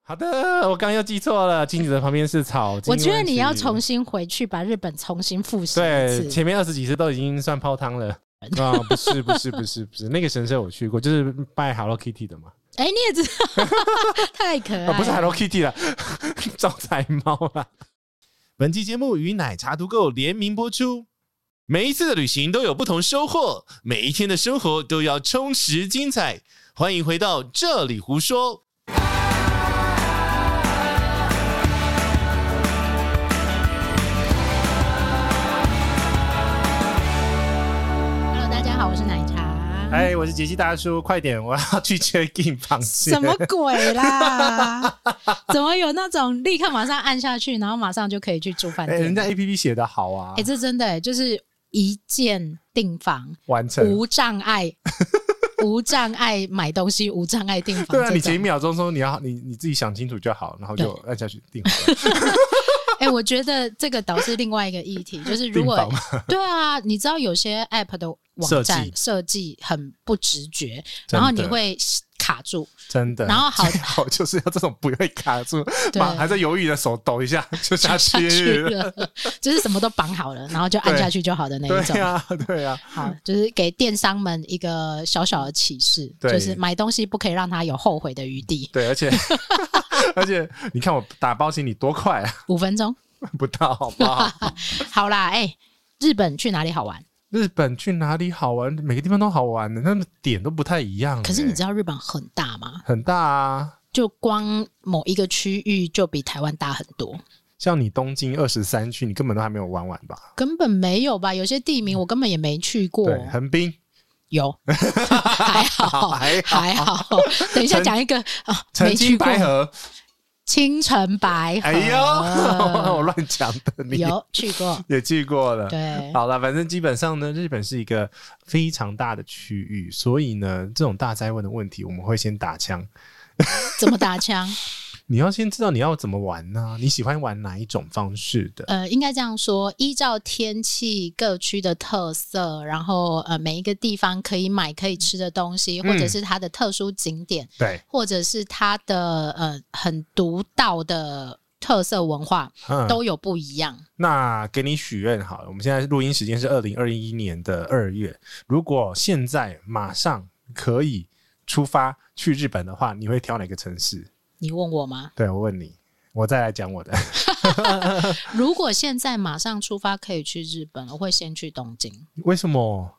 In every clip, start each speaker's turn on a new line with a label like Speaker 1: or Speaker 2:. Speaker 1: 好的，我刚刚又记错了，金子的旁边是草。
Speaker 2: 我觉得你要重新回去把日本重新复习一
Speaker 1: 对
Speaker 2: 次。
Speaker 1: 前面二十几次都已经算泡 汤了啊！不是不是不是不是，那个神社我去过，就是拜 Hello Kitty 的嘛，
Speaker 2: 哎、你也知道， 太可爱了、
Speaker 1: 啊不是 Hello Kitty 啦， 招财猫啦。本期节目与奶茶独购联名播出。每一次的旅行都有不同收获，每一天的生活都要充实精彩。欢迎回到这里胡说。
Speaker 2: Hello，大家好，我是奶茶。
Speaker 1: 哎，我是杰西大叔，快点，我要去 check in 螃蟹。
Speaker 2: 什么鬼啦？ 怎么有那种立刻马上按下去，然后马上就可以去住饭
Speaker 1: 哎、
Speaker 2: 店？
Speaker 1: 人家 A P P 写的好啊，
Speaker 2: 哎、这真的、欸、就是一键订房，
Speaker 1: 完成。
Speaker 2: 无障碍， 无障碍买东西，无障碍订房。
Speaker 1: 对啊，
Speaker 2: 这
Speaker 1: 你
Speaker 2: 种
Speaker 1: 前一秒钟说你要你你自己想清楚就好，然后就按下去定好了。
Speaker 2: 哎、我觉得这个倒是另外一个议题，就是如果
Speaker 1: 订房
Speaker 2: 对啊，你知道有些 app 的网站设计很不直觉，然后你
Speaker 1: 真的
Speaker 2: 会卡住，
Speaker 1: 真的，
Speaker 2: 然后好
Speaker 1: 最好就是要这种不会卡住，
Speaker 2: 对
Speaker 1: 马还在犹豫的手抖一下就下
Speaker 2: 下去
Speaker 1: 去了。
Speaker 2: 了，就是什么都绑好了，然后就按下去就好的那一种
Speaker 1: 对。啊，对啊，
Speaker 2: 好，就是给电商们一个小小的启示，
Speaker 1: 对
Speaker 2: 就是买东西不可以让他有后悔的余地。
Speaker 1: 对， 而且而且你看我打包行李多快啊，
Speaker 2: 五分钟，
Speaker 1: 不到好不 好？
Speaker 2: 好啦，哎、日本去哪里好玩？
Speaker 1: 日本去哪里好玩？每个地方都好玩的，那么点都不太一样、
Speaker 2: 可是你知
Speaker 1: 道
Speaker 2: 道日本很大吗？
Speaker 1: 很大啊，
Speaker 2: 就光某一个区域就比台湾大很多，
Speaker 1: 像你东京二十三区，你根本都还没有玩完吧？
Speaker 2: 根本没有吧？有些地名我根本也没去过。
Speaker 1: 嗯对，横滨、 哎
Speaker 2: 有，还好，
Speaker 1: 还好
Speaker 2: 还好。等一下
Speaker 1: 陈
Speaker 2: 讲一个啊，
Speaker 1: 曾
Speaker 2: 没去
Speaker 1: 经
Speaker 2: 过
Speaker 1: 白河，
Speaker 2: 青城白河，
Speaker 1: 哎呦， 我乱讲的，你
Speaker 2: 啊 有 去过，
Speaker 1: 也去过了。
Speaker 2: 对，
Speaker 1: 好了，反正基本上呢，日本是一个非常大的区域，所以呢，这种大灾问的问题，我们会先打枪。
Speaker 2: 怎么打枪？
Speaker 1: 你要先知道你要怎么玩呢、你喜欢玩哪一种方式的？
Speaker 2: 呃，应该这样说，依照天气各区的特色，然后呃每一个地方可以买可以吃的东西，或者
Speaker 1: 嗯
Speaker 2: 是它的特殊景点，
Speaker 1: 对，
Speaker 2: 或者是它的呃很独到的特色文化，
Speaker 1: 嗯，
Speaker 2: 都有不一样。
Speaker 1: 那给你许愿好了。我们现在录音时间是二零二一年的二月，如果现在马上可以出发去日本的话，你会挑哪个城市？
Speaker 2: 你问我吗？
Speaker 1: 对我问你，我再来讲我的。
Speaker 2: 如果现在马上出发可以去日本，我会先去东京。
Speaker 1: 为什么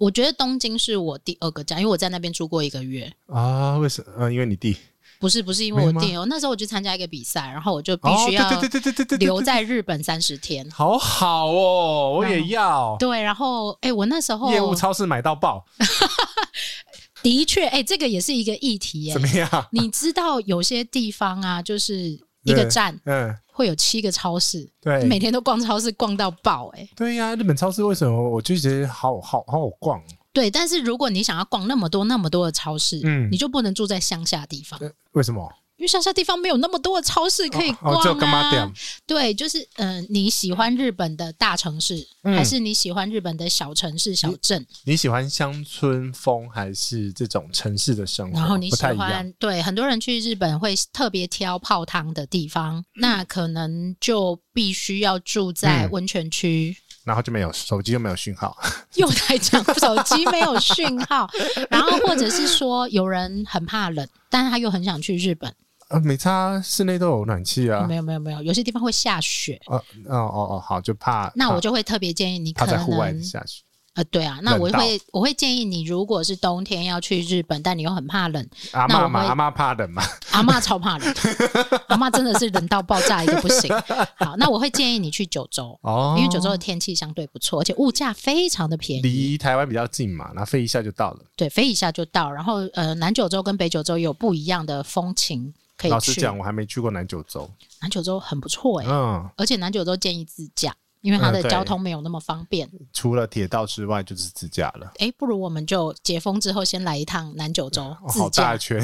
Speaker 2: 我觉得东京是我第二个家，因为我在那边住过一个月。
Speaker 1: 啊？为什么？嗯、因为你弟
Speaker 2: 不是不是，因
Speaker 1: 没
Speaker 2: 为我
Speaker 1: 吗
Speaker 2: 弟哦，那时候我去参加一个比赛，然后我就必
Speaker 1: 哦，
Speaker 2: 须
Speaker 1: 对
Speaker 2: 要
Speaker 1: 对对对对对对，对
Speaker 2: 留在日本三十天。
Speaker 1: 好好哦，我
Speaker 2: 然
Speaker 1: 也
Speaker 2: 后
Speaker 1: 要。
Speaker 2: 对，然后哎、我那时候
Speaker 1: 业务超市买到爆，
Speaker 2: 的确哎、这个也是一个议题耶、
Speaker 1: 怎么样？
Speaker 2: 你知道有些地方啊，就是一个
Speaker 1: 对
Speaker 2: 站
Speaker 1: 嗯，
Speaker 2: 会有七个超市，
Speaker 1: 对，
Speaker 2: 每天都逛超市逛到爆哎、
Speaker 1: 对呀、日本超市为什么我就觉得好好好好逛？
Speaker 2: 对，但是如果你想要逛那么多那么多的超市，
Speaker 1: 嗯
Speaker 2: 你就不能住在乡下地方，
Speaker 1: 呃为什么？
Speaker 2: 因为乡下地方没有那么多的超市可以
Speaker 1: 哦
Speaker 2: 逛
Speaker 1: 哦
Speaker 2: 啊。
Speaker 1: 只有干妈店
Speaker 2: 对，就是嗯、呃你喜欢日本的大城市，
Speaker 1: 嗯
Speaker 2: 还是你喜欢日本的小城市、小镇？
Speaker 1: 你喜欢乡村风还是这种城市的生活？
Speaker 2: 然后你
Speaker 1: 嗯不
Speaker 2: 喜
Speaker 1: 太一样。
Speaker 2: 欢对很多人去日本会特别挑泡汤的地
Speaker 1: 嗯
Speaker 2: 方，那可能就必须要住在
Speaker 1: 嗯
Speaker 2: 温泉区。
Speaker 1: 然后就没有手机就没有讯号，
Speaker 2: 又在讲手机没有讯号，然后或者是说有人很怕冷，但是他又很想去日本。
Speaker 1: 啊，没差，室内都有暖气啊
Speaker 2: 没。有没有没有，有些地方会下雪，
Speaker 1: 啊，哦哦哦，好，就怕
Speaker 2: 那我
Speaker 1: 就
Speaker 2: 就会特别建议你
Speaker 1: 怕
Speaker 2: 可
Speaker 1: 在户外
Speaker 2: 能
Speaker 1: 下去
Speaker 2: 呃对啊，那我
Speaker 1: 冷到
Speaker 2: 会我会建议你，如果是冬天要去日本，但你又很怕冷，
Speaker 1: 阿
Speaker 2: 那
Speaker 1: 妈
Speaker 2: 我
Speaker 1: 嘛，
Speaker 2: 会
Speaker 1: 阿妈怕冷嘛，
Speaker 2: 阿嬷超怕冷，阿嬷真的是冷到爆炸一个不行。好，那我会建议你去九州，
Speaker 1: 哦，
Speaker 2: 因为九州的天气相对不错，而且物价非常的便宜，
Speaker 1: 离台湾比较近嘛，那飞一下就到了。
Speaker 2: 对，飞一下就到。然后呃，南九州跟北九州有不一样的风情可以
Speaker 1: 老实
Speaker 2: 去。
Speaker 1: 讲，我还没去过南九州，
Speaker 2: 南九州很不错哎、
Speaker 1: 嗯，
Speaker 2: 而且南九州建议自驾，因为它
Speaker 1: 嗯
Speaker 2: 的
Speaker 1: 对
Speaker 2: 交通没有那么方便。
Speaker 1: 除了铁道之外就是自驾了。
Speaker 2: 哎、不如我们就解封之后先来一趟南九州
Speaker 1: 哦、
Speaker 2: 自
Speaker 1: 好
Speaker 2: 驾。
Speaker 1: 大一圈！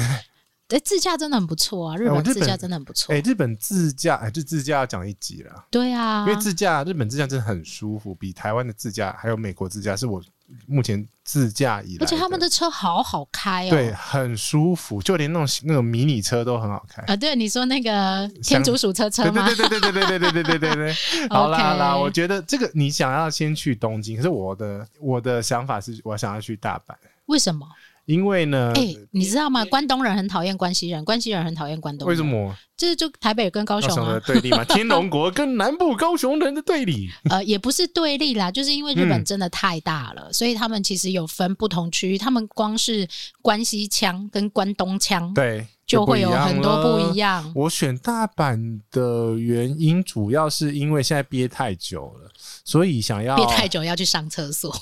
Speaker 2: 哎、自驾真的很不错啊，日
Speaker 1: 哎我
Speaker 2: 本
Speaker 1: 日
Speaker 2: 自驾
Speaker 1: 本
Speaker 2: 真的很不错。
Speaker 1: 哎、日本自驾，哎、这自驾要讲一集了，
Speaker 2: 对啊，
Speaker 1: 因为自驾，日本自驾真的很舒服，比台湾的自驾还有美国自驾是我目前自驾以来，
Speaker 2: 而且他们的车好好开哦。
Speaker 1: 对很舒服，就连那种那种迷你车都很好 开。
Speaker 2: 啊，对，你说那个天竺鼠车车
Speaker 1: 对
Speaker 2: 吗？
Speaker 1: 对对对对对对对对对对对。 好啦好啦，我觉得这个你想要先去东京，可是我的我的想法是我想要去大阪，
Speaker 2: 为什么？
Speaker 1: 因为呢，
Speaker 2: 哎、你知道吗？关东人很讨厌关西人，关西人很讨厌关东
Speaker 1: 为
Speaker 2: 人。
Speaker 1: 什？么
Speaker 2: 就是就台北跟高雄
Speaker 1: 的
Speaker 2: 啊，
Speaker 1: 对立 嘛？天龙国跟南部高雄人的对立。
Speaker 2: 呃，也不是对立啦，就是因为日本
Speaker 1: 嗯
Speaker 2: 真的太大了，所以他们其实有分不同区域，他们光是关西腔跟关东腔
Speaker 1: 对，
Speaker 2: 就会有很多不一
Speaker 1: 样了。
Speaker 2: 样。
Speaker 1: 我选大阪的原因，主要是因为现在憋太久了，所以想要
Speaker 2: 憋太久要去上厕所，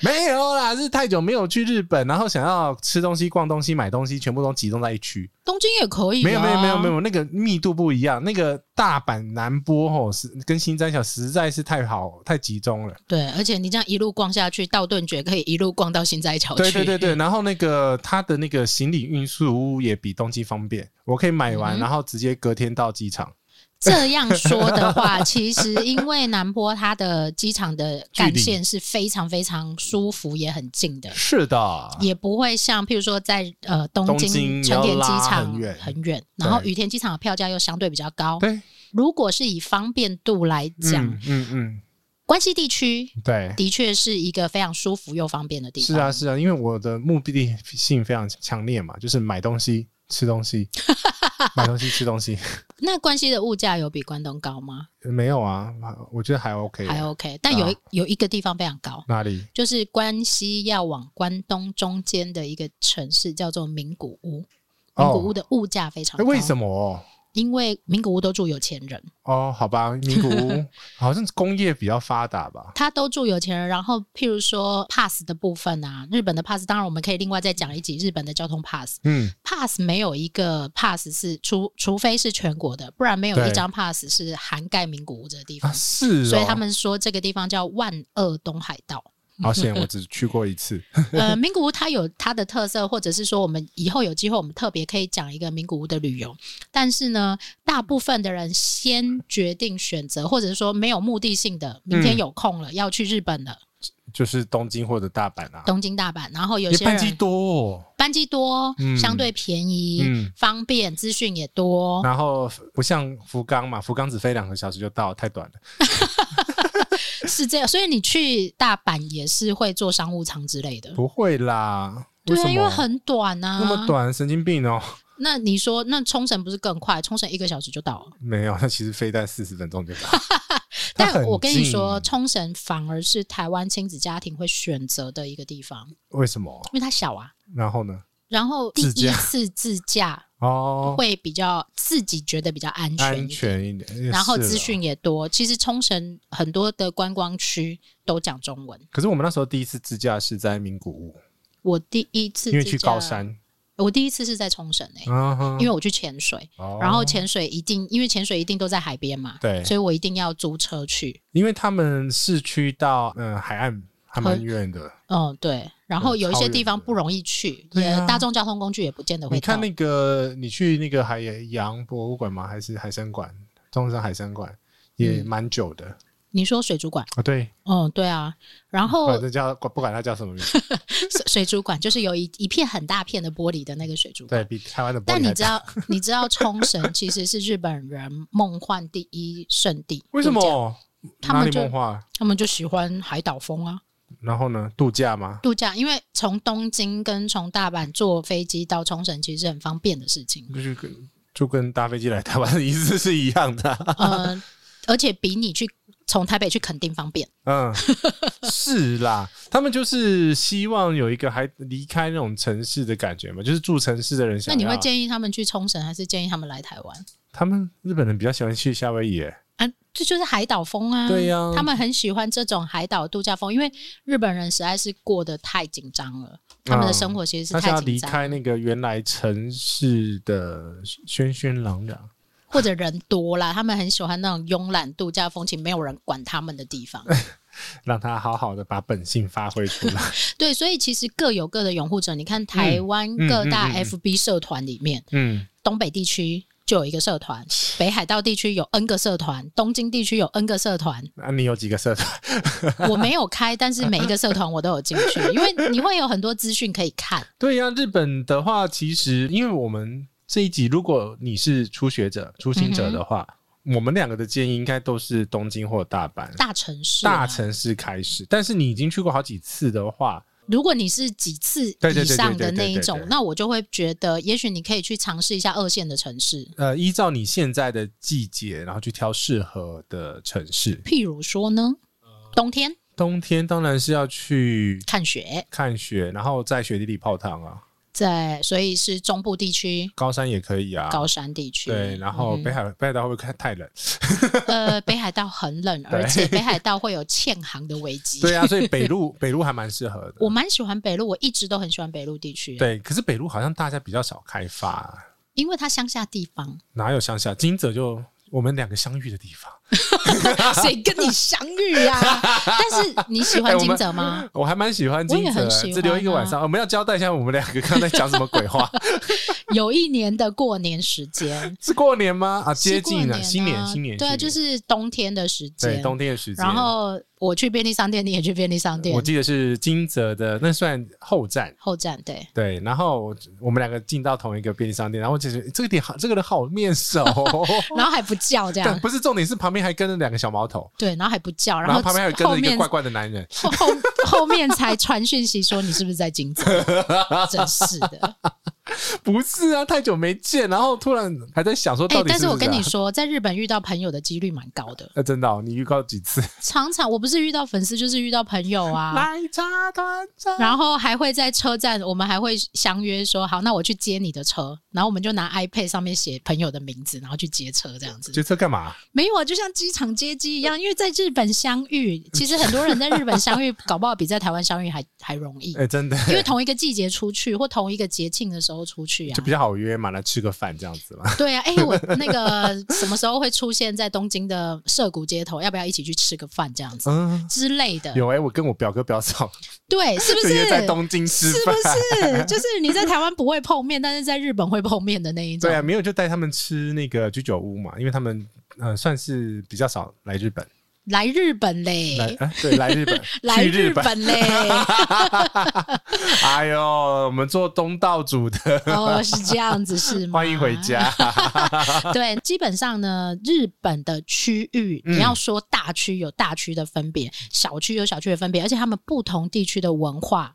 Speaker 1: 没有啦，是太久没有去日本，然后想要吃东西、逛东西、买东西，全部都集中在一区。
Speaker 2: 东京也可以、啊。
Speaker 1: 没有没有没有没有，那个密度不一样。那个大阪南波吼是跟新三小实在是太好太集中了。
Speaker 2: 对，而且你这样一路逛下去，到顿觉可以一路逛到新斋桥去。嗯
Speaker 1: 对对对对，然后那个它的那个行李运输也比东京方便，我可以买完，
Speaker 2: 嗯
Speaker 1: 然后直接隔天到机场。
Speaker 2: 这样说的话，其实因为南波它的机 场的干线是非常非常舒服，也很近的，
Speaker 1: 是的，
Speaker 2: 也不会像譬如说在呃东
Speaker 1: 东京
Speaker 2: 京
Speaker 1: 你要
Speaker 2: 成田机
Speaker 1: 拉
Speaker 2: 场
Speaker 1: 很远
Speaker 2: 然后羽田机场的票价又相对比较高。
Speaker 1: 对，
Speaker 2: 如果是以方便度来讲，
Speaker 1: 嗯嗯嗯，
Speaker 2: 关西地区
Speaker 1: 对，
Speaker 2: 的确是一个非常舒服又方便的地方。
Speaker 1: 是啊，是啊，因为我的目的性非常强烈嘛，就是买东西、吃东 西、买东西、吃东西。
Speaker 2: 那关西的物价有比关东高吗？
Speaker 1: 没有啊，我觉得还 OK，
Speaker 2: 还 OK，但
Speaker 1: 啊
Speaker 2: 有一、有一个地方非常高，
Speaker 1: 哪里？
Speaker 2: 就是关西要往关东中间的一个城市，叫做名古屋。名古屋
Speaker 1: 哦，
Speaker 2: 的物价非常
Speaker 1: 哎
Speaker 2: 高，
Speaker 1: 为什
Speaker 2: 么？
Speaker 1: 么？
Speaker 2: 因为名古屋都住有钱人，
Speaker 1: 哦，好吧，名古 屋好像工业比较发达吧？
Speaker 2: 他都住有钱人。然后，譬如说 pass 的部分啊，日本的 pass，当然我们可以另外再讲一集日本的交通 pass。
Speaker 1: 嗯，
Speaker 2: pass 没有一个 pass 是除除非是全国的，不然没有
Speaker 1: 对
Speaker 2: 一张 pass 是涵盖名古屋这个地
Speaker 1: 啊
Speaker 2: 方。
Speaker 1: 是哦，
Speaker 2: 所以他们说这个地方叫万恶东海道。
Speaker 1: 好险，我只去过一次。
Speaker 2: 呃，名古屋它有它的特色，或者是说我们以后有机会，我们特别可以讲一个名古屋的旅游。但是呢，大部分的人先决定选择，或者是说没有目的性的，明
Speaker 1: 嗯
Speaker 2: 天有空了、要去日本了，
Speaker 1: 就是东京或者大阪啊，
Speaker 2: 东京、大阪，然后有
Speaker 1: 也
Speaker 2: 些人
Speaker 1: 班机多哦，
Speaker 2: 班机多，
Speaker 1: 嗯
Speaker 2: 相对便宜，
Speaker 1: 嗯
Speaker 2: 方便，资讯也多。
Speaker 1: 然后不像福冈嘛，福冈只飞两个小时就到，太短了。
Speaker 2: 是这样，所以你去大阪也是会坐商务舱之类的。
Speaker 1: 不会啦，
Speaker 2: 对
Speaker 1: 什
Speaker 2: 啊，
Speaker 1: 么？
Speaker 2: 因为很短啊，
Speaker 1: 那么。短，神经病哦！
Speaker 2: 那你说，那冲绳不是更快？冲绳一个小时就到了。
Speaker 1: 没有，它 其实飞在四十分钟就到。它
Speaker 2: 但
Speaker 1: 很
Speaker 2: 我跟你
Speaker 1: 近
Speaker 2: 说，冲绳反而是台湾亲子家庭会选择的一个地方，
Speaker 1: 为什么？
Speaker 2: 因为它小啊。
Speaker 1: 然后呢？
Speaker 2: 然后第
Speaker 1: 自驾
Speaker 2: 一次自驾
Speaker 1: 哦，
Speaker 2: 会比较自己觉得比较安全一点，
Speaker 1: 安全一点。
Speaker 2: 然后
Speaker 1: 也是啊
Speaker 2: 资
Speaker 1: 啦。
Speaker 2: 讯也多。其实冲绳很多的观光区都讲中文。
Speaker 1: 可是我们那时候第一次自驾是在名古屋，
Speaker 2: 我第一次
Speaker 1: 因为
Speaker 2: 自
Speaker 1: 去
Speaker 2: 驾
Speaker 1: 高，山，
Speaker 2: 我第一次是在冲绳诶、
Speaker 1: 嗯哼
Speaker 2: 因为我去潜水，
Speaker 1: 哦
Speaker 2: 然后潜水一定因为潜水一定都在海边嘛，
Speaker 1: 对
Speaker 2: 所以我一定要租车去。
Speaker 1: 因为他们市区到嗯、呃海岸还蛮
Speaker 2: 很
Speaker 1: 远的。
Speaker 2: 嗯，对。然后有一
Speaker 1: 超
Speaker 2: 些
Speaker 1: 远
Speaker 2: 地方
Speaker 1: 的
Speaker 2: 不容易去，
Speaker 1: 对
Speaker 2: 也
Speaker 1: 啊
Speaker 2: 大众交通工具也不见得会
Speaker 1: 你
Speaker 2: 到
Speaker 1: 看。那个，你去那个海洋博物馆吗？还是海参馆？中山海参馆也
Speaker 2: 嗯
Speaker 1: 蛮久的、
Speaker 2: 你说水族馆？
Speaker 1: 啊。对，
Speaker 2: 嗯，对啊。然后
Speaker 1: 反正叫不管它叫什么名字，
Speaker 2: 水水族馆就是有一一片很大片的玻璃的那个水族
Speaker 1: 对
Speaker 2: 馆。
Speaker 1: 比台湾的玻璃
Speaker 2: 但
Speaker 1: 还
Speaker 2: 你
Speaker 1: 大
Speaker 2: 知道，你知道冲绳其实是日本人梦幻第一圣地，
Speaker 1: 为什
Speaker 2: 度假？
Speaker 1: 么？
Speaker 2: 他
Speaker 1: 哪
Speaker 2: 们
Speaker 1: 里
Speaker 2: 就
Speaker 1: 梦话？
Speaker 2: 他们就喜欢海岛风啊，
Speaker 1: 然后呢？度假吗？
Speaker 2: 度假。因为从东京跟从大阪坐飞机到冲绳，其实是很方便的事情。
Speaker 1: 就是跟就跟搭飞机来台湾的意思是一样的啊、
Speaker 2: 呃， 而且比你去从台北去垦丁方便。
Speaker 1: 嗯，是啦，他们就是希望有一个还离开那种城市的感觉嘛，就是住城市的人想
Speaker 2: 那
Speaker 1: 要。
Speaker 2: 你会建议他们去冲绳，还是建议他们来台湾？
Speaker 1: 他们日本人比较喜欢去夏威夷耶，
Speaker 2: 啊，这就是海岛风啊！
Speaker 1: 对呀
Speaker 2: 他们很喜欢这种海岛度假风，因为日本人实在是过得太紧张了，他们的生活其实
Speaker 1: 嗯他
Speaker 2: 是
Speaker 1: 想
Speaker 2: 太
Speaker 1: 要离
Speaker 2: 紧张，
Speaker 1: 开那个原来城市的喧喧攘攘。
Speaker 2: 或者人多啦，他们很喜欢那种慵懒度假风情，没有人管他们的 地方。
Speaker 1: 让他好好的把本性发挥出来。
Speaker 2: 对，所以其实各有各的拥护者。你看台湾
Speaker 1: 嗯嗯
Speaker 2: 各大
Speaker 1: 嗯嗯
Speaker 2: FB 社团里面，
Speaker 1: 嗯，
Speaker 2: 东北地区就有一个社团，北海道地区有 N 个社团，东京地区有 N 个 社团。
Speaker 1: 那、啊你有几个社团？
Speaker 2: 我没有开，但是每一个社团我都有进去，因为你会有很多资讯可以看。
Speaker 1: 对呀、日本的话，其实因为我们这一集，如果你是初学者、初行
Speaker 2: 嗯
Speaker 1: 者的话，我们两个的建议应该都是东京或大阪、
Speaker 2: 大城市、啊
Speaker 1: 大。城市开始。但是你已经去过好几次的话，
Speaker 2: 如果你是几次
Speaker 1: 对对
Speaker 2: 以
Speaker 1: 对
Speaker 2: 上的
Speaker 1: 对对
Speaker 2: 那一
Speaker 1: 对对
Speaker 2: 种
Speaker 1: 对，
Speaker 2: 那我就会觉得，也许你可以去尝试一下二线的城市，
Speaker 1: 呃，依照你现在的季节，然后去挑适合的城市。
Speaker 2: 譬如说呢，
Speaker 1: 呃
Speaker 2: 冬天
Speaker 1: 冬天当然是要去
Speaker 2: 看雪，
Speaker 1: 看雪，然后在雪地里泡汤啊，
Speaker 2: 在所以是中部地区、
Speaker 1: 高山也可以啊。
Speaker 2: 高山地区。
Speaker 1: 对，然后
Speaker 2: 嗯
Speaker 1: 北海、北海道会不会太冷？
Speaker 2: 呃，北海道很冷，而且北海道会有欠航的危机。
Speaker 1: 对啊，所以北路北路还蛮适合的。
Speaker 2: 我蛮喜欢北路，我一直都很喜欢北路地区，啊
Speaker 1: 对，可是北路好像大家比较少开发啊、
Speaker 2: 因为它乡下地 方，
Speaker 1: 哪有乡下？金泽就我们两个相遇的地方。
Speaker 2: 谁跟你相遇呀、但是你喜
Speaker 1: 哎
Speaker 2: 欢
Speaker 1: 我
Speaker 2: 金
Speaker 1: 们
Speaker 2: 泽吗？
Speaker 1: 我还蛮喜欢金
Speaker 2: 我也
Speaker 1: 泽、
Speaker 2: 很喜欢啊
Speaker 1: 只留一个晚上。我们要交代一下我们两个刚才讲什么鬼 话？，
Speaker 2: 有一年的过年时间
Speaker 1: 是过年吗？啊，接
Speaker 2: 是过
Speaker 1: 近了，
Speaker 2: 啊
Speaker 1: 新年，新年，
Speaker 2: 对啊，
Speaker 1: 新年
Speaker 2: 就是冬天的时
Speaker 1: 对
Speaker 2: 间。
Speaker 1: 冬天的时间。呃
Speaker 2: 然后我去便利商店，你也去便利商
Speaker 1: 我
Speaker 2: 店。
Speaker 1: 记得是金泽的，那算后站。
Speaker 2: 后站对，
Speaker 1: 对，然后我们两个进到同一个便利商店，然后其实这个点好，这个人好面 熟、
Speaker 2: 然后还不叫这
Speaker 1: 但
Speaker 2: 样，
Speaker 1: 不是重点，是旁边还跟着两个小毛头，
Speaker 2: 对，然后还不叫，
Speaker 1: 然后
Speaker 2: 后
Speaker 1: 旁边还有跟
Speaker 2: 后
Speaker 1: 着一个
Speaker 2: 面
Speaker 1: 怪怪的男人。
Speaker 2: 后后后面才传讯息说你是不是在金泽，真 是的。哎
Speaker 1: 不是啊，太久没见，然后突然还在想说
Speaker 2: 哎、
Speaker 1: 到底
Speaker 2: 但
Speaker 1: 是
Speaker 2: 是
Speaker 1: 不
Speaker 2: 我
Speaker 1: 是、啊
Speaker 2: 跟你说，在日本遇到朋友的几率蛮高的。
Speaker 1: 呃，真的哦、你预告几次？
Speaker 2: 常常我不是遇到粉丝，就是遇到朋友啊，
Speaker 1: 奶茶团长，
Speaker 2: 然后还会在车站，我们还会相约说，好，那我去接你的车，然后我们就拿 iPad 上面写朋友的名字，然后去接车这样子。
Speaker 1: 决策干嘛？
Speaker 2: 没有啊，就像机场接机一样，因为在日本相 遇，其实很多人在日本相遇，搞不好比在台湾相遇还还容易
Speaker 1: 哎、，真的
Speaker 2: 因为同一个季节出去或同一个节庆的时候出去啊
Speaker 1: 就比。较好约嘛，来吃个饭这样子嘛。
Speaker 2: 对啊，哎、我那个什么时候会出现在东京的涩谷街头？要不要一起去吃个饭这样子
Speaker 1: 嗯，
Speaker 2: 之类的？
Speaker 1: 有哎、我跟我表哥表嫂
Speaker 2: 对，是不？
Speaker 1: 就是约在东京吃
Speaker 2: 是不
Speaker 1: 饭。
Speaker 2: 是？就是你在台湾不会碰面，但是在日本会碰面的那一种。
Speaker 1: 对啊，没有就带他们吃那个居酒屋嘛，因为他们呃算是比较少来日本，
Speaker 2: 来日本嘞，，
Speaker 1: 来、啊、对来日本
Speaker 2: 来
Speaker 1: 去日本。
Speaker 2: 本嘞，
Speaker 1: 哎呦，我们做东道主的，
Speaker 2: 哦，是这样子是吗？
Speaker 1: 欢迎回。家。
Speaker 2: 啊对，基本上呢，日本的区域，
Speaker 1: 嗯
Speaker 2: 你要说大区有大区的分别，小区有小区的分别，而且他们不同地区的文化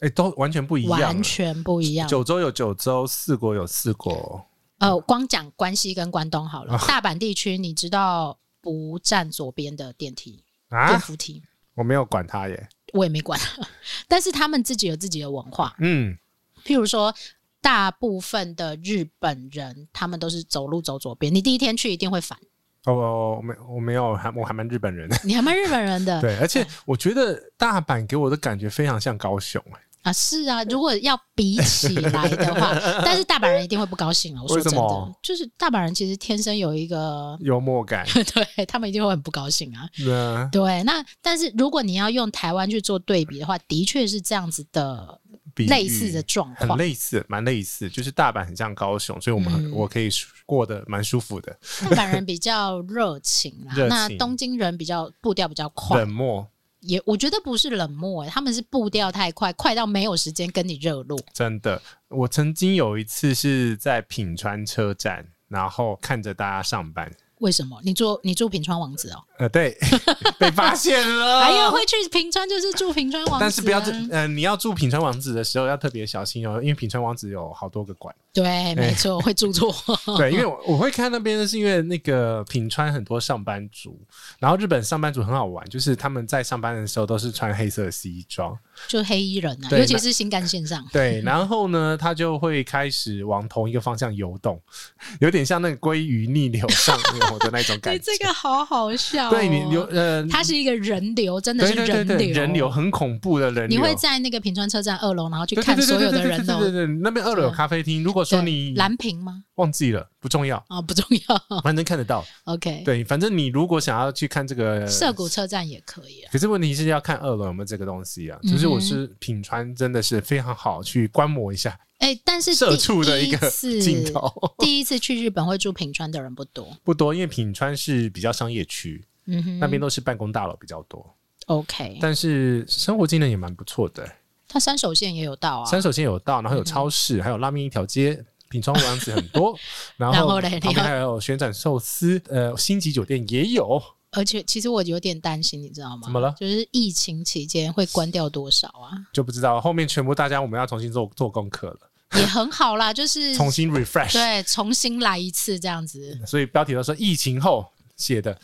Speaker 1: 哎、都完全不一样
Speaker 2: 完
Speaker 1: 了。
Speaker 2: 全不一样。
Speaker 1: 九州有九州，四国有四国。
Speaker 2: 呃，光讲关西跟关东好了，
Speaker 1: 啊
Speaker 2: 大阪地区你知道不站左边的电梯、电
Speaker 1: 啊，
Speaker 2: 扶梯，
Speaker 1: 我没有管他耶。
Speaker 2: 我也没管， 但是他们自己有自己的文化，
Speaker 1: 嗯，
Speaker 2: 譬如说。大部分的日本人，他们都是走路走左边。你第一天去一定会烦，
Speaker 1: 哦，我我没我没有，还我还蛮日本 人的。
Speaker 2: 你还蛮日本人的
Speaker 1: 对，而且我觉得大阪给我的感觉非常像高雄、哎
Speaker 2: 啊，是啊。如果要比起来 的话，但是大阪人一定会不高兴啊了。我说
Speaker 1: 为什
Speaker 2: 真的
Speaker 1: 么，
Speaker 2: 就是大阪人其实天生有 一个，
Speaker 1: 幽默感。
Speaker 2: 对他们一定会很不高兴啊。
Speaker 1: 那
Speaker 2: 对，那但是如果你要用台湾去做对比的话，的确是这样子的
Speaker 1: 比喻
Speaker 2: 类似的状
Speaker 1: 很
Speaker 2: 况。
Speaker 1: 类似，蛮类似，就是大阪很像高雄，所以我们、
Speaker 2: 嗯
Speaker 1: 我可以舒过得蛮舒服的。
Speaker 2: 大阪人比较热情 啦，
Speaker 1: 热情
Speaker 2: 那东京人比较步调比较快
Speaker 1: 冷，漠，
Speaker 2: 也我觉得不是冷漠、欸，他们是步调太快，快到没有时间跟你热络。
Speaker 1: 真的。我曾经有一次是在品川车站，然后看着大家上班，
Speaker 2: 为什么？你住你住平川王子哦、
Speaker 1: 呃，对， 被发现了。
Speaker 2: 还有会去平川就是住平川王子啊、
Speaker 1: 呃但是不要这，呃，你要住品川王子的时候要特别小心哦，因为品川王子有好多个馆。
Speaker 2: 对，没错，会住错。
Speaker 1: 对，因
Speaker 2: 嗯
Speaker 1: 为我我会看那边，是因为那个品川很多上班族，然后日本上班族很好玩，就是他们在上班的时候都是穿黑色的西装，
Speaker 2: 就黑衣人啊，
Speaker 1: 对
Speaker 2: 尤其是新干线上，
Speaker 1: 对，然后呢，他就会开始往同一个方向游动， 有点像那个鲑鱼逆流上游的那种感
Speaker 2: 对
Speaker 1: 觉。
Speaker 2: 这个好好笑、哦。
Speaker 1: 对你流呃，
Speaker 2: 它是一个人流，真的
Speaker 1: 对
Speaker 2: 是
Speaker 1: 对对对，人流很恐怖的人流，
Speaker 2: 你会在那个平川车站二楼，然后去
Speaker 1: 对对
Speaker 2: 看
Speaker 1: 对对
Speaker 2: 所有
Speaker 1: 对
Speaker 2: 的
Speaker 1: 对
Speaker 2: 人
Speaker 1: 对
Speaker 2: 哦。
Speaker 1: 对对对，那边二楼有咖啡厅。如果说
Speaker 2: 对
Speaker 1: 你
Speaker 2: 蓝屏吗？
Speaker 1: 忘记了，不重要，
Speaker 2: 啊、不重要。
Speaker 1: 反正看得到。
Speaker 2: OK，
Speaker 1: 对，反正你如果想要去看这个
Speaker 2: 涩谷车站也可以啊。
Speaker 1: 可是问题是
Speaker 2: 嗯
Speaker 1: 要看二楼有没有这个东西啊。就是我是品川，真的是非常好去观摩一下。
Speaker 2: 哎、哎、但是
Speaker 1: 社
Speaker 2: 第
Speaker 1: 畜的
Speaker 2: 一
Speaker 1: 一个
Speaker 2: 次
Speaker 1: 镜头
Speaker 2: 第一次去日本会住平川的人不多，
Speaker 1: 不多，因为品川是比较商业区，
Speaker 2: 嗯哼，
Speaker 1: 那边都是办公大楼比较多，
Speaker 2: OK。
Speaker 1: 但是生活技能也蛮不错的、
Speaker 2: 他山手线也有到啊，
Speaker 1: 三手线有道，然后有超
Speaker 2: 嗯
Speaker 1: 市，还有拉面一条街。品川王子很多， 然
Speaker 2: 然后
Speaker 1: 后
Speaker 2: 嘞你
Speaker 1: 旁边
Speaker 2: 要
Speaker 1: 还有旋转寿司，呃，星级酒店也有，
Speaker 2: 而且其实我有点担心，你知道吗？
Speaker 1: 怎么了
Speaker 2: 就是疫情期间会关掉多少啊？
Speaker 1: 就不知道后面全部大家我们要重新做做功课了，
Speaker 2: 也很好啦，就 是
Speaker 1: 重新 refresh。
Speaker 2: 对重新来一次这 样子，
Speaker 1: 所以标题都说疫情后写的，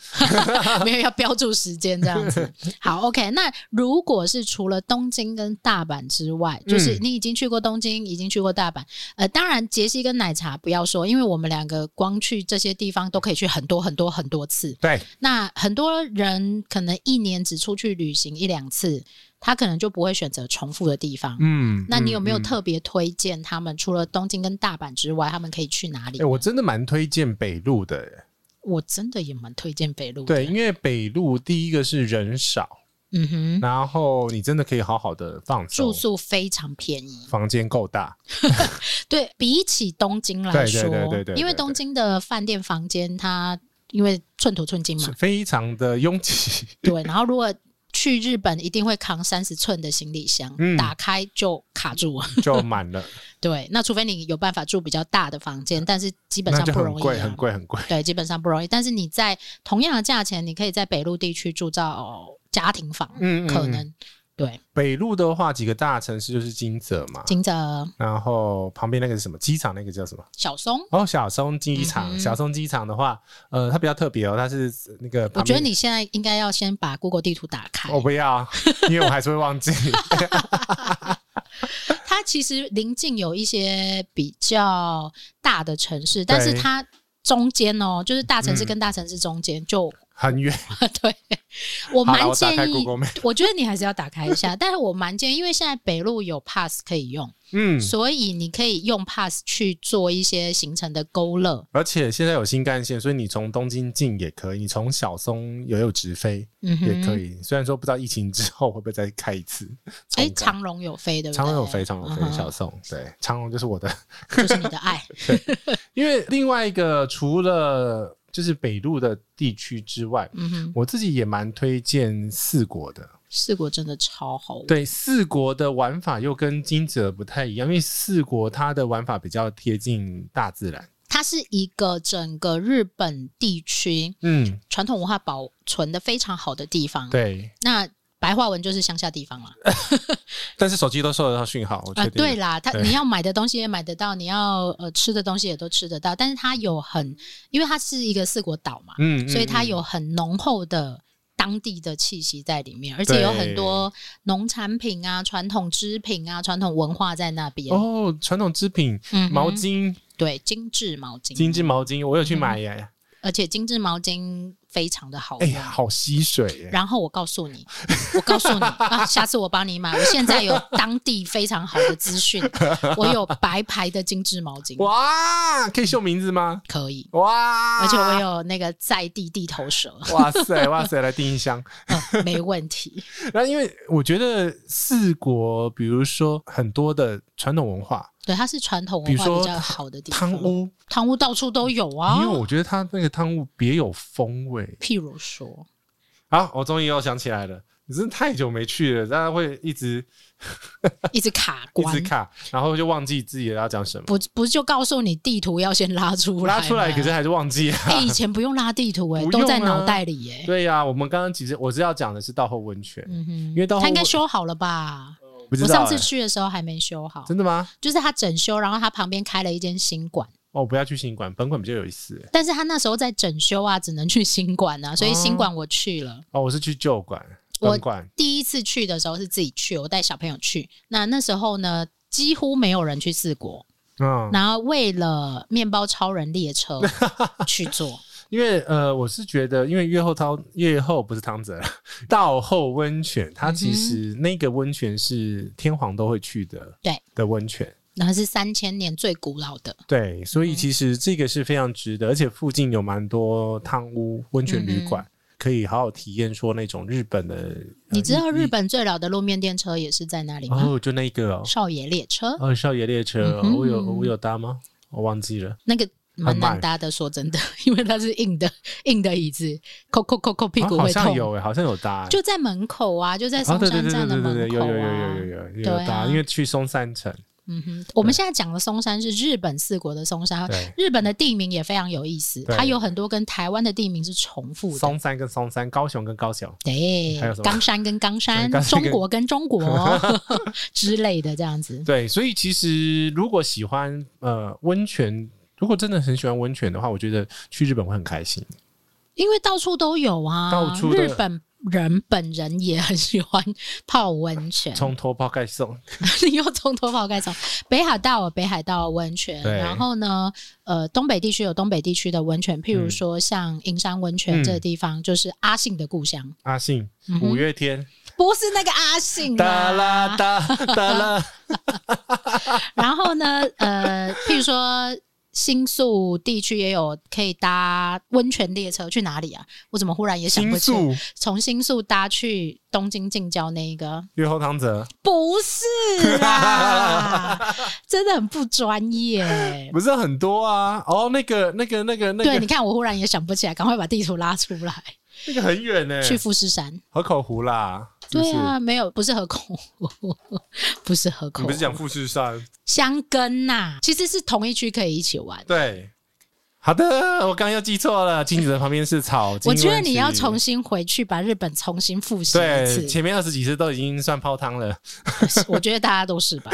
Speaker 2: 没有要标注时间这样子。好，OK。那如果是除了东京跟大阪之外，就是
Speaker 1: 嗯
Speaker 2: 你已经去过东京，已经去过大阪，呃，当然杰西跟奶茶不要说，因为我们两个光去这些地方都可以去很多很多很多次。
Speaker 1: 对，
Speaker 2: 那很多人可能一年只出去旅行一两次，他可能就不会选择重复的地方。
Speaker 1: 嗯。
Speaker 2: 那你有没有
Speaker 1: 嗯嗯
Speaker 2: 特别推荐他们？除了东京跟大阪之外，他们可以去哪里？
Speaker 1: 哎、我真的蛮推荐北路的、欸，
Speaker 2: 我真的也蛮推荐北路的。
Speaker 1: 对，因为北路第一个是人少，
Speaker 2: 嗯哼，
Speaker 1: 然后你真的可以好好的放松
Speaker 2: 住，宿非常便宜，
Speaker 1: 房间够大，
Speaker 2: 对比起东京来
Speaker 1: 对对
Speaker 2: 说，
Speaker 1: 对对对
Speaker 2: 因为
Speaker 1: 对
Speaker 2: 东
Speaker 1: 对
Speaker 2: 京的饭店房间它因为寸土寸金嘛
Speaker 1: 是，非常的拥挤。
Speaker 2: 对，然后如果。去日本一定会扛三十寸的行李箱，
Speaker 1: 嗯
Speaker 2: 打开就卡住。
Speaker 1: 就满了，
Speaker 2: 对，那除非你有办法住比较大的房间，但是基本
Speaker 1: 那
Speaker 2: 上
Speaker 1: 就
Speaker 2: 不
Speaker 1: 很
Speaker 2: 容易、
Speaker 1: 贵，
Speaker 2: 啊，
Speaker 1: 很贵，很贵。
Speaker 2: 对，基本上不容易。但是你在同样的价钱，你可以在北陆地区住到家庭房，
Speaker 1: 嗯，嗯
Speaker 2: 可
Speaker 1: 嗯
Speaker 2: 能对
Speaker 1: 北路的话，几个大城市就是金泽嘛，
Speaker 2: 金泽、
Speaker 1: 然后旁边那个是什么机场？那个叫什么？
Speaker 2: 小松。
Speaker 1: 哦，小松机
Speaker 2: 嗯
Speaker 1: 场。
Speaker 2: 哼
Speaker 1: 小松机场的话，呃，它比较特别哦，它是那个
Speaker 2: 我
Speaker 1: 旁边。哦
Speaker 2: 觉得你现在应该要先把 Google 地图打开，
Speaker 1: 我不 要，因为我还是会忘记。
Speaker 2: 它其实临近有一些比较大的城市，但是
Speaker 1: 对
Speaker 2: 它中间哦，就是大城市
Speaker 1: 嗯
Speaker 2: 跟大城市中间就、
Speaker 1: 很远，
Speaker 2: 对我
Speaker 1: 好啦
Speaker 2: 蛮
Speaker 1: 我打开
Speaker 2: 建议
Speaker 1: Google Map。
Speaker 2: 我觉得你还是要打开一下，但是我蛮建议，因为现在北路有 Pass 可以用，
Speaker 1: 嗯，
Speaker 2: 所以你可以用 Pass 去做一些行程的勾勒。
Speaker 1: 而且现在有新干线，所以你从东京进也可以，你从小松也有直飞
Speaker 2: 嗯哼，
Speaker 1: 也可。以。虽然说不知道疫情之后会不会再开一次。重
Speaker 2: 哎，
Speaker 1: 开
Speaker 2: 长龙有飞，对不对？
Speaker 1: 长荣有飞，长荣有
Speaker 2: 嗯哼
Speaker 1: 飞，小宋对长荣就是我的，
Speaker 2: 就是你的爱。
Speaker 1: 因为另外一个除了就是北路的地区之外，
Speaker 2: 嗯哼，
Speaker 1: 我自己也蛮推荐四国的。
Speaker 2: 四国真的超好玩。
Speaker 1: 对四国的玩法又跟金泽不太一样，因为四国它的玩法比较贴近大自然。
Speaker 2: 它是一个整个日本地区
Speaker 1: 嗯，
Speaker 2: 传统文化保存的非常好的地方。，
Speaker 1: 对。
Speaker 2: 那白话文就是乡下地方了。
Speaker 1: 但是手机都收得到讯号，我
Speaker 2: 啊、
Speaker 1: 呃确定。
Speaker 2: 对啦，它
Speaker 1: 对
Speaker 2: 你要买的东西也买得到，你要呃吃的东西也都吃得到，但是它有很，因为它是一个四国岛嘛，
Speaker 1: 嗯，嗯
Speaker 2: 所以它
Speaker 1: 嗯
Speaker 2: 有很浓厚的当地的气息在里面，而且有很多农产品啊、传统织品啊、传统文化在那边。
Speaker 1: 哦，传统织品
Speaker 2: 嗯哼嗯
Speaker 1: 毛巾、
Speaker 2: 对精致毛巾，
Speaker 1: 精致毛巾，我有去买耶，
Speaker 2: 而且精致毛巾非常的好
Speaker 1: 哎
Speaker 2: 用。
Speaker 1: 呀，好吸水耶，
Speaker 2: 然后我告诉你，我告诉你 啊，下次我帮你买。我现在有当地非常好的 资讯，我有白牌的精致毛巾，
Speaker 1: 哇，啊可以秀名字吗？
Speaker 2: 可以，
Speaker 1: 哇，
Speaker 2: 而且我有那个在地地头蛇，
Speaker 1: 哇塞，哇塞，来订一箱。
Speaker 2: 呃没问题。
Speaker 1: 然后，因为我觉得四国，比如说很多的传统文化，
Speaker 2: 对，它是传统
Speaker 1: 比
Speaker 2: 文
Speaker 1: 如
Speaker 2: 化
Speaker 1: 说
Speaker 2: 比较好的地方。
Speaker 1: 汤，屋，
Speaker 2: 汤屋到处都有啊。
Speaker 1: 因为我觉得它那个汤屋别有风味。
Speaker 2: 譬如说，
Speaker 1: 好，我终于又想起来了，你真的太久没去了，大家会一直
Speaker 2: 一直卡
Speaker 1: 一
Speaker 2: 关
Speaker 1: 直，卡，然后就忘记自己要讲什么。
Speaker 2: 不不就告诉你地图要先拉出
Speaker 1: 我
Speaker 2: 来，
Speaker 1: 拉出来，可是。还是忘记啊。
Speaker 2: 哎、以前不用拉地图、哎、
Speaker 1: 不用啊
Speaker 2: 都在脑袋里、哎，
Speaker 1: 对啊呀、我们刚刚其实我是要讲的是道后温泉，
Speaker 2: 嗯哼，
Speaker 1: 因为到后
Speaker 2: 它应该修好了吧？
Speaker 1: 不知
Speaker 2: 我
Speaker 1: 道、
Speaker 2: 上次
Speaker 1: 哎
Speaker 2: 去的时候还没修好，
Speaker 1: 真的吗？
Speaker 2: 就是它整修，然后它旁边开了一间新馆，
Speaker 1: 哦，我不要去新馆，本馆比较有意思。哎
Speaker 2: 但是它那时候在整修啊，只能去新馆啊，所以新馆我去了。
Speaker 1: 哦，我是去旧馆，
Speaker 2: 我
Speaker 1: 本馆
Speaker 2: 第一次去的时候是自己去，我带小朋友去。那那时候呢，几乎没有人去四国，
Speaker 1: 嗯，
Speaker 2: 然后为了面包超人 列车去做。
Speaker 1: 因为呃，我是觉得，因为月后汤月后不是汤泽啦，道后温泉，
Speaker 2: 嗯
Speaker 1: 它其实那个温泉是天皇都会去的，
Speaker 2: 对
Speaker 1: 的温泉，
Speaker 2: 然后是三千年最古老的，
Speaker 1: 对，
Speaker 2: 嗯
Speaker 1: 所以其实这个是非常值得，而且附近有蛮多汤屋、温泉旅馆，可以好好体验说那种日本的。呃
Speaker 2: 你知道日本最老的路面电车也是在那里吗？
Speaker 1: 哦，就那个哦，
Speaker 2: 少爷列车
Speaker 1: 哦，少爷列车，
Speaker 2: 嗯哼
Speaker 1: 我有我有搭吗？我忘记了。
Speaker 2: 那个蛮
Speaker 1: 慢
Speaker 2: 难搭的，说真的， 因为它是硬的 硬的椅子，扣扣扣扣屁股
Speaker 1: 啊好
Speaker 2: 会
Speaker 1: 像
Speaker 2: 痛。
Speaker 1: 有诶，好像有搭欸。
Speaker 2: 就在门口啊，就在
Speaker 1: 啊，
Speaker 2: 松
Speaker 1: 对对
Speaker 2: 山
Speaker 1: 对
Speaker 2: 站
Speaker 1: 对对
Speaker 2: 的
Speaker 1: 对，
Speaker 2: 门口
Speaker 1: 有
Speaker 2: 啊。
Speaker 1: 有有有有有
Speaker 2: 对
Speaker 1: 有搭，
Speaker 2: 啊
Speaker 1: 因为去松山城，
Speaker 2: 嗯哼，我们现在讲的松山是日本四国的松山，
Speaker 1: 对，
Speaker 2: 日本的地名也非常有意思，
Speaker 1: 对
Speaker 2: 它有很多跟台湾的地名是重复的。
Speaker 1: 松山跟松山，高雄跟高雄，
Speaker 2: 对
Speaker 1: 还有什，么
Speaker 2: 冈山跟冈山
Speaker 1: 对 冈，山
Speaker 2: 中
Speaker 1: 跟
Speaker 2: 国跟中国 之类的这样子。
Speaker 1: 对，所以其实如果喜欢呃温泉，如果真的很喜欢温泉的话，我觉得去日本会很开心。
Speaker 2: 嗯因为到处都有啊，
Speaker 1: 到处都有
Speaker 2: 日本人本人也很喜欢泡温泉，
Speaker 1: 从头泡盖送，
Speaker 2: 又从头泡开始。北海道有北海道温泉，
Speaker 1: 对
Speaker 2: 然后呢，呃，东北地区有东北地区的温泉，譬如说像银山温泉
Speaker 1: 嗯
Speaker 2: 这个地方，就是阿信的故乡，
Speaker 1: 阿信
Speaker 2: 嗯，哼
Speaker 1: 五月天，
Speaker 2: 不是那个阿信
Speaker 1: 哒啦
Speaker 2: 啦。
Speaker 1: 哒哒啦，
Speaker 2: 然后呢，呃，譬如说。新宿地区也有可以搭温泉列车，去哪里啊？我怎么忽然也想
Speaker 1: 新
Speaker 2: 不起？
Speaker 1: 宿
Speaker 2: 从新宿搭去东京近郊那一个，
Speaker 1: 月后汤泽，
Speaker 2: 不是啦， 真的很不专业。欸
Speaker 1: 不是很多啊。哦，那个那个那个那
Speaker 2: 对，
Speaker 1: 个
Speaker 2: 你看我忽然也想不起来，赶快把地图拉出来。
Speaker 1: 那个很远呢，
Speaker 2: 去富士山，
Speaker 1: 河口湖啦，哎是不
Speaker 2: 对
Speaker 1: 是？
Speaker 2: 啊，没有，不是河口，不是河
Speaker 1: 你
Speaker 2: 口
Speaker 1: 不，是讲富士山？
Speaker 2: 香根呐、其实是同一区可以一起玩。
Speaker 1: 对，好的，我刚刚又记错了，金子的旁边是草。
Speaker 2: 我觉得
Speaker 1: 金文
Speaker 2: 你要
Speaker 1: 曲
Speaker 2: 重新回去把日本重新复习一
Speaker 1: 对
Speaker 2: 次，
Speaker 1: 前面二十几次都已经算泡汤了。
Speaker 2: 我觉得大家都是吧。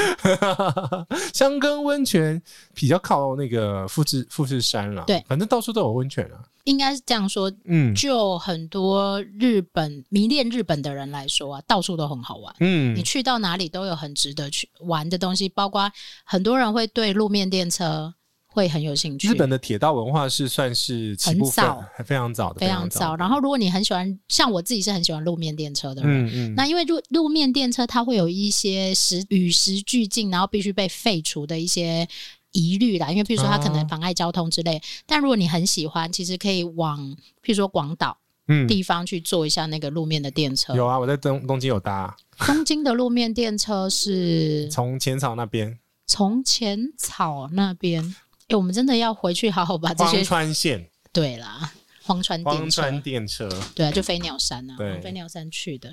Speaker 1: 香根温泉比较靠那个富士富士山啦，
Speaker 2: 对
Speaker 1: 反正到处都有温泉啊。
Speaker 2: 应该是这样说，
Speaker 1: 嗯
Speaker 2: 就很多日本迷恋日本的人来说啊，到处都很好玩。你
Speaker 1: 嗯，
Speaker 2: 去到哪里都有很值得去玩的东西，包括很多人会对路面电车会很有兴趣。
Speaker 1: 日本的铁道文化是算是起步分
Speaker 2: 很早
Speaker 1: 还非常早的，
Speaker 2: 非常
Speaker 1: 早
Speaker 2: 早，。然后如果你很喜欢，像我自己是很喜欢路面电车的人。
Speaker 1: 嗯嗯，
Speaker 2: 那因为路路面电车它会有一些时与时俱进，然后必须被废除的一些疑虑啦，因为譬如说它可能
Speaker 1: 哦
Speaker 2: 妨碍交通之类。但如果你很喜欢，其实可以往譬如说广岛
Speaker 1: 嗯
Speaker 2: 地方去坐一下那个路面的电车。
Speaker 1: 有啊，我在东东京有搭，
Speaker 2: 东京的路面电车是
Speaker 1: 从浅草那边
Speaker 2: 从前草那边，哎、我们真的要回去好好把这
Speaker 1: 荒
Speaker 2: 些
Speaker 1: 川线
Speaker 2: 对啦，荒川
Speaker 1: 荒
Speaker 2: 电车，
Speaker 1: 川电车，
Speaker 2: 对啊，就飞鸟山啊，
Speaker 1: 对
Speaker 2: 从飞鸟山去的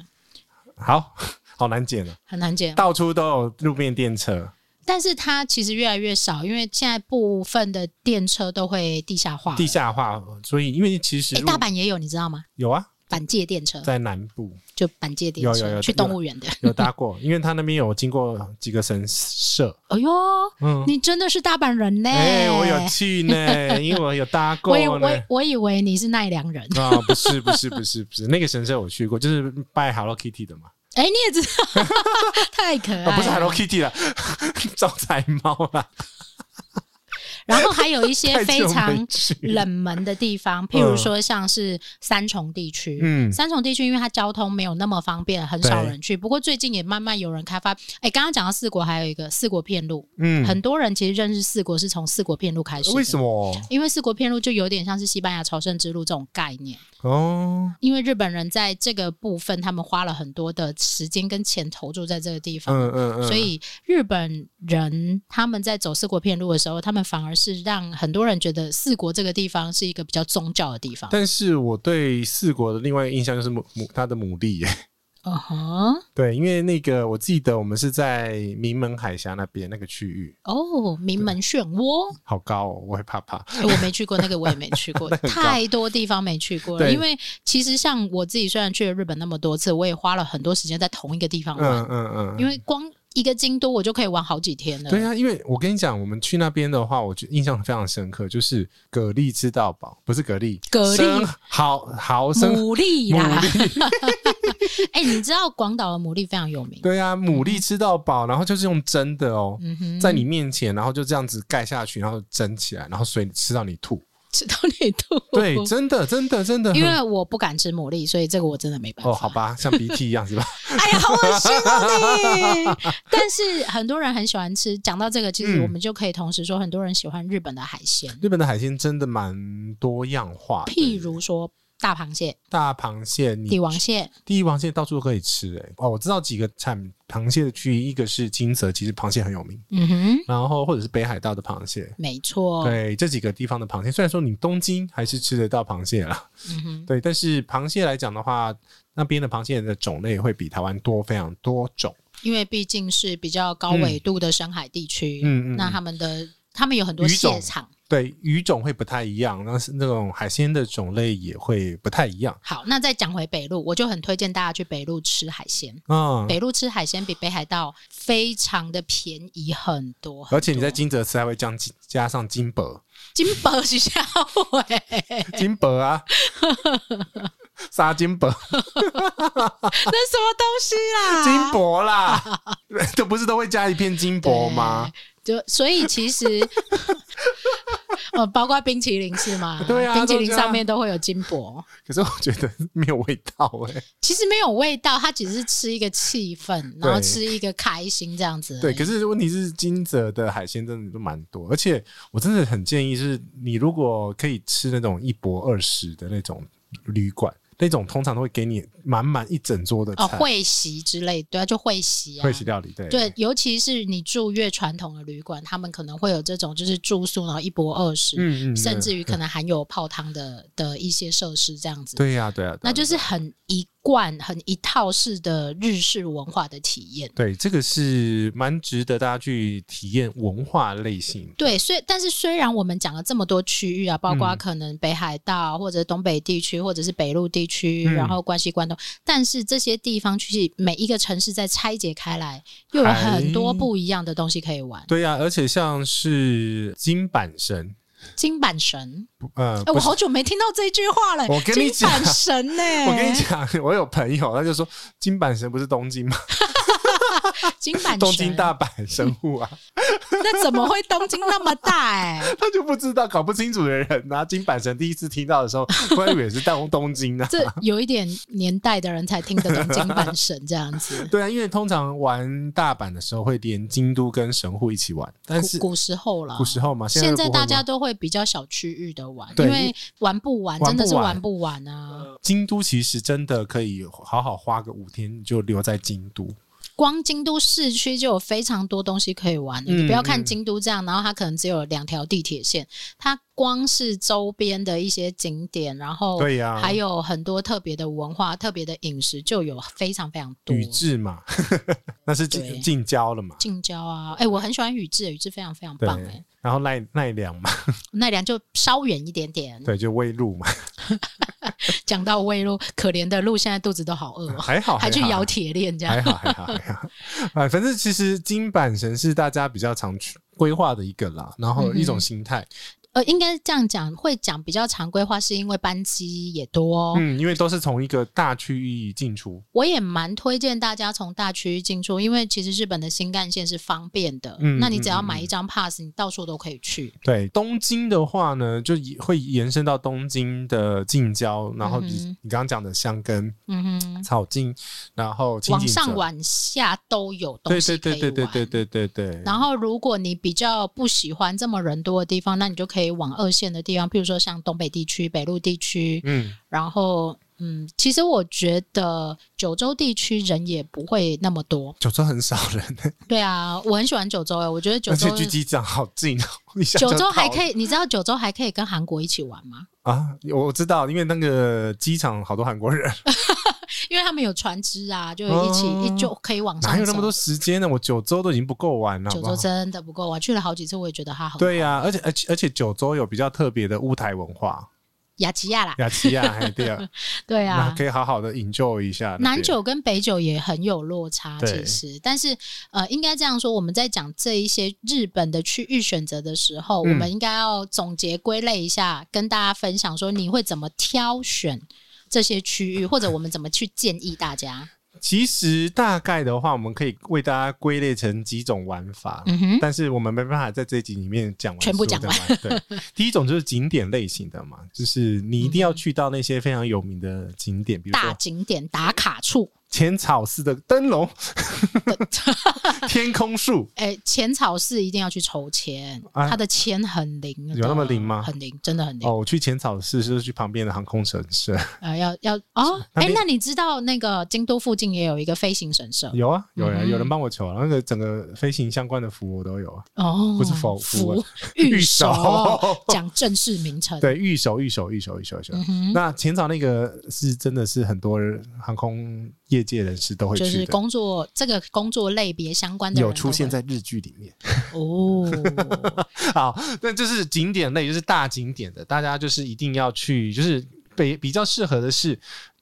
Speaker 1: 好 好难剪啊，
Speaker 2: 很难捡，
Speaker 1: 到处都有路面电车。
Speaker 2: 但是它其实越来越少，因为现在部分的电车都会地下化了。
Speaker 1: 地下化，所以因为其实
Speaker 2: 哎、
Speaker 1: 如
Speaker 2: 大阪也有，你知道吗？
Speaker 1: 有啊，
Speaker 2: 板界电车
Speaker 1: 在南部
Speaker 2: 就板界电车
Speaker 1: 有有有
Speaker 2: 去动物园的。
Speaker 1: 有搭过，因为他那边有经过几个神社，
Speaker 2: 哎呦，
Speaker 1: 嗯，
Speaker 2: 你真的是大阪人呢、
Speaker 1: 哎、我有去呢，因为我有搭过
Speaker 2: 我以
Speaker 1: 呢。
Speaker 2: 我我以为你是奈良人，
Speaker 1: 啊、不是不是不是不是，那个神社我去过，就是拜 Hello Kitty 的嘛，
Speaker 2: 哎、你也知道， 太可爱了、
Speaker 1: 啊、不是 Hello Kitty 啦， 招财猫啦，
Speaker 2: 然后还有一些
Speaker 1: 太
Speaker 2: 非
Speaker 1: 久
Speaker 2: 常
Speaker 1: 没去了，
Speaker 2: 冷门的地方，譬如说像是三重地区。
Speaker 1: 嗯，
Speaker 2: 三重地区，因为它交通没有那么方便，很少
Speaker 1: 对
Speaker 2: 人去。不过最近也慢慢有人开发。哎，刚刚讲到四国，还有一个四国片路，
Speaker 1: 嗯
Speaker 2: 很多人其实认识四国是从四国片路开始。
Speaker 1: 为什
Speaker 2: 么？
Speaker 1: 么？
Speaker 2: 因为四国片路就有点像是西班牙朝圣之路这种概念。
Speaker 1: 哦，
Speaker 2: 因为日本人在这个部分，他们花了很多的时间跟钱投注在这个地方。
Speaker 1: 嗯嗯嗯，
Speaker 2: 所以日本人他们在走四国片路的时候，他们反而是让很多人觉得四国这个地方是一个比较宗教的地方。
Speaker 1: 但是我对四国的另外一个印象就是牡牡它的牡蛎耶。
Speaker 2: 嗯哼，
Speaker 1: 对，因为那个我记得我们是在名门海峡那边那个区域，
Speaker 2: 哦，名门漩 涡，
Speaker 1: 好高哦，我会怕怕。
Speaker 2: 诶我没去过，那个我也没去 过，太多地方没去过了。
Speaker 1: 对
Speaker 2: 因为其实像我自己，虽然去了日本那么多次，我也花了很多时间在同一个地方玩，
Speaker 1: 嗯嗯嗯，
Speaker 2: 因为光一个京都我就可以玩好几天了。
Speaker 1: 对啊，因为我跟你讲，我们去那边的话，我就印象非常深刻，就是蛤蜊吃到饱，不是蛤蜊，
Speaker 2: 蛤蜊
Speaker 1: 生蚝蚝生。
Speaker 2: 牡蛎啦
Speaker 1: 牡，
Speaker 2: 哎、你知道广岛的牡蛎非常有名，
Speaker 1: 对啊，牡蛎吃到饱，然后就是用蒸的哦，
Speaker 2: 嗯哼，
Speaker 1: 在你面前，然后就这样子盖下去，然后蒸起来，然后水吃到你吐。
Speaker 2: 吃到你吐，
Speaker 1: 对，真的，真的，真的很。
Speaker 2: 哦因为我不敢吃牡蛎，所以这个我真的没办
Speaker 1: 嗯
Speaker 2: 法。
Speaker 1: 哦，好，吧，像鼻涕一样是 吧？
Speaker 2: 哎呀，好恶心 哦你！但是很多人很喜欢吃。讲到这个，其实
Speaker 1: 嗯
Speaker 2: 我们就可以同时说，很多人喜欢日本的海鲜，
Speaker 1: 日本的海鲜真的蛮多样化的，
Speaker 2: 譬如说大螃蟹、
Speaker 1: 大螃蟹，
Speaker 2: 帝
Speaker 1: 你
Speaker 2: 王蟹，
Speaker 1: 帝王蟹到处都可以吃、欸，哎，哦，我知道几个产螃蟹的区域，一个是金泽，其实螃蟹很有名，
Speaker 2: 嗯哼，
Speaker 1: 然后或者是北海道的螃蟹。
Speaker 2: 没错，
Speaker 1: 对这几个地方的螃蟹，虽然说你东京还是吃得到螃蟹啦，
Speaker 2: 嗯哼，
Speaker 1: 对，但是螃蟹来讲的话，那边的螃蟹的种类会比台湾多非常多种。
Speaker 2: 因为毕竟是比较高纬度的深海地区，
Speaker 1: 嗯嗯嗯嗯
Speaker 2: 那他们的他们有很多
Speaker 1: 鱼种
Speaker 2: 蟹场。
Speaker 1: 对，鱼种会不太一样，那是那种海鲜的种类也会不太一样。
Speaker 2: 好，那再讲回北路，我就很推荐大家去北路吃海鲜。
Speaker 1: 嗯，
Speaker 2: 北路吃海鲜比北海道非常的便宜很多，很多
Speaker 1: 而且你在金泽吃还会加金加上金 箔，
Speaker 2: 金箔是欸下回，
Speaker 1: 金箔 啊，沙金箔，
Speaker 2: 啊那什么东西啦？
Speaker 1: 金箔 啦，这不是都会加一片金箔吗？
Speaker 2: 就所以其实， 呃，包括冰淇淋是吗？
Speaker 1: 对啊
Speaker 2: 冰淇
Speaker 1: 都
Speaker 2: 淋
Speaker 1: 这样
Speaker 2: 上面都会有金箔，
Speaker 1: 可是我觉得没有味道哎、
Speaker 2: 其实没有味道，它只是吃一个气氛，然后吃一个开心这样子而
Speaker 1: 对，
Speaker 2: 已。
Speaker 1: 可是问题是金泽的海鲜真的都蛮多，而且我真的很建议是，你如果可以吃那种一博二十的那种旅馆，那种通常都会给你满满一整桌的
Speaker 2: 哦，
Speaker 1: 菜，
Speaker 2: 会席之类，对啊，就会席啊，
Speaker 1: 会席料理，啊对
Speaker 2: 对，尤其是你住越传统的旅馆，他们可能会有这种就是住宿，然后一泊二十、
Speaker 1: 嗯嗯，
Speaker 2: 甚至
Speaker 1: 于
Speaker 2: 于可能含有泡汤的的一些设施这样子。
Speaker 1: 对呀、对呀、对
Speaker 2: 那
Speaker 1: 啊
Speaker 2: 就是很一贯、很一套式的日式文化的体验。
Speaker 1: 对，这个是蛮值得大家去体验文化类型。
Speaker 2: 对，所以但是虽然我们讲了这么多区域啊，包括
Speaker 1: 嗯
Speaker 2: 可能北海道或者东北地区，或者是北陆地区，
Speaker 1: 嗯
Speaker 2: 然后关西、关东，但是这些地方去每一个城市再拆解开来，又有很多
Speaker 1: 还
Speaker 2: 不一样的东西可以玩。
Speaker 1: 哎对呀、啊而且像是金板神，
Speaker 2: 金板神，
Speaker 1: 不呃，
Speaker 2: 哎、
Speaker 1: 不是
Speaker 2: 我好久没听到这句话了。
Speaker 1: 我跟你
Speaker 2: 金板
Speaker 1: 讲
Speaker 2: 神呢、
Speaker 1: 我跟你，讲， 我有朋友他就说金板神不是东京吗？
Speaker 2: 金板神，
Speaker 1: 东京大阪神户啊。
Speaker 2: 那怎么会东京那么大、哎，
Speaker 1: 他就不知道搞不清楚的人拿、金板神第一次听到的时 候，我还以为是东东京啊呢、
Speaker 2: 这有一点年代的人才听得懂金板神这样子。
Speaker 1: 对啊，因为通常玩大阪的时候会连京都跟神户一起玩， 但是
Speaker 2: 古古时候了，
Speaker 1: 古时候嘛，现在
Speaker 2: 现
Speaker 1: 都
Speaker 2: 在
Speaker 1: 不会
Speaker 2: 大
Speaker 1: 吗
Speaker 2: 家都会比较小区域的玩，
Speaker 1: 对
Speaker 2: 因为玩不完，
Speaker 1: 玩
Speaker 2: 真
Speaker 1: 不
Speaker 2: 的是
Speaker 1: 完
Speaker 2: 玩不完啊！
Speaker 1: 京都其实真的可以好好花个五天就留在京都。
Speaker 2: 光京都市区就有非常多东西可以玩的。
Speaker 1: 嗯
Speaker 2: 你不要看
Speaker 1: 嗯
Speaker 2: 京都这样，然后它可能只有两条地铁线，它光是周边的一些景点，然后
Speaker 1: 对呀、
Speaker 2: 还有很多特别的文化、特别的饮食，就有非常非常多。
Speaker 1: 宇治嘛， 那是近
Speaker 2: 对
Speaker 1: 近郊了嘛，
Speaker 2: 近郊啊，哎、我很喜欢宇治，宇治非常非常
Speaker 1: 对
Speaker 2: 棒哎、
Speaker 1: 然后奈奈良嘛，
Speaker 2: 嗯奈良就稍远一点点。
Speaker 1: 对，就未路嘛，
Speaker 2: 讲到魏路，可怜的鹿现在肚子都好饿 哦，
Speaker 1: 嗯还好，
Speaker 2: 还去
Speaker 1: 好
Speaker 2: 摇铁链这样。
Speaker 1: 还好，还好，还好。哎，反正其实金板神是大家比较常去规划的一个啦，然
Speaker 2: 嗯
Speaker 1: 后一种心态，
Speaker 2: 呃，应该这样讲，会讲比较常规化，是因为班机也多。哦
Speaker 1: 嗯，因为都是从一个大区域进出，
Speaker 2: 我也蛮推荐大家从大区进出，因为其实日本的新干线是方便的，
Speaker 1: 嗯
Speaker 2: 那你只要
Speaker 1: 嗯
Speaker 2: 买
Speaker 1: 嗯
Speaker 2: 一张 pass，你到处都可以去。
Speaker 1: 对。东京的话呢，就也会延伸到东京的近郊，然后
Speaker 2: 嗯
Speaker 1: 你
Speaker 2: 哼
Speaker 1: 你刚刚讲的香根、
Speaker 2: 嗯哼，
Speaker 1: 草津，然后青
Speaker 2: 往
Speaker 1: 井
Speaker 2: 上
Speaker 1: 泽，
Speaker 2: 往下都有东
Speaker 1: 对
Speaker 2: 西
Speaker 1: 对
Speaker 2: 可以
Speaker 1: 对
Speaker 2: 玩。
Speaker 1: 对对对对对对。
Speaker 2: 然后，如果你比较不喜欢这么人多的地方，那你就可以往二线的地方，譬如说像东北地区、北陆地区，
Speaker 1: 嗯，
Speaker 2: 然后。嗯，其实我觉得九州地区人也不会那么多。
Speaker 1: 九州很少人，
Speaker 2: 对啊，我很喜欢九州诶、我觉得九
Speaker 1: 而
Speaker 2: 州
Speaker 1: 且距机长好近哦。一下
Speaker 2: 九
Speaker 1: 就
Speaker 2: 州
Speaker 1: 到
Speaker 2: 还
Speaker 1: 了
Speaker 2: 可以，你知道九州还可以跟韩国一起玩吗？
Speaker 1: 啊，我我知道，因为那个机场好多韩国人，
Speaker 2: 因为他们有船只啊，就一起、
Speaker 1: 哦
Speaker 2: 一就可以 往上走。
Speaker 1: 哪有那么多时间呢？我九州都已经不够玩了，好
Speaker 2: 九
Speaker 1: 不好
Speaker 2: 州真的不够，我去了好几次，我也觉得它很
Speaker 1: 对呀、而且而且而且九州有比较特别的乌台文化，
Speaker 2: 雅琪亚啦，
Speaker 1: 雅琪亚还对啊，
Speaker 2: 对
Speaker 1: 那
Speaker 2: 啊。
Speaker 1: 可以好好的 enjoy 一啊下那边。
Speaker 2: 南九跟北九也很有落差，
Speaker 1: 对
Speaker 2: 其实，但是呃，应该这样说，我们在讲这一些日本的区域选择的时候，
Speaker 1: 嗯
Speaker 2: 我们应该要总结归类一下，跟大家分享说你会怎么挑选这些区域，或者我们怎么去建议大家。
Speaker 1: 其实大概的话，我们可以为大家归类成几种玩法。
Speaker 2: 嗯哼，
Speaker 1: 但是我们没办法在这一集里面讲完
Speaker 2: 全部
Speaker 1: 所有的
Speaker 2: 讲
Speaker 1: 玩。 对，第一种就是景点类型的嘛，就是你一定要去到那些非常有名的景点，比如
Speaker 2: 大
Speaker 1: 说
Speaker 2: 景点打卡处，
Speaker 1: 浅草寺的灯 笼、天空树，
Speaker 2: 哎、浅草寺一定要去筹签，
Speaker 1: 啊
Speaker 2: 它的签很灵的，
Speaker 1: 有那么灵吗
Speaker 2: 很灵，真的很灵。
Speaker 1: 哦，我去浅草寺是去旁边的航空城市，
Speaker 2: 呃，要要哦，
Speaker 1: 那
Speaker 2: 哎、
Speaker 1: 边
Speaker 2: 那你知道那个京都附近也有一个飞行神社
Speaker 1: 有啊，有啊，
Speaker 2: 嗯
Speaker 1: 有人帮我求，那个整个飞行相关的服务我都有啊，
Speaker 2: 哦，
Speaker 1: 不是否
Speaker 2: 福
Speaker 1: 福
Speaker 2: 御守
Speaker 1: 御守
Speaker 2: 讲正式名称，，
Speaker 1: 对，御守、御守、御守、御守、御守。
Speaker 2: 嗯哼，
Speaker 1: 那浅草那个是真的是很多人航空业界人士都会
Speaker 2: 就是
Speaker 1: 去的，
Speaker 2: 工作这个工作类别相关的人
Speaker 1: 有
Speaker 2: 都
Speaker 1: 出现
Speaker 2: 会
Speaker 1: 在日剧里 面。
Speaker 2: 哦，
Speaker 1: 好，那就是景点类，就是大景点的，大家就是一定要去，就是比比较适合的是。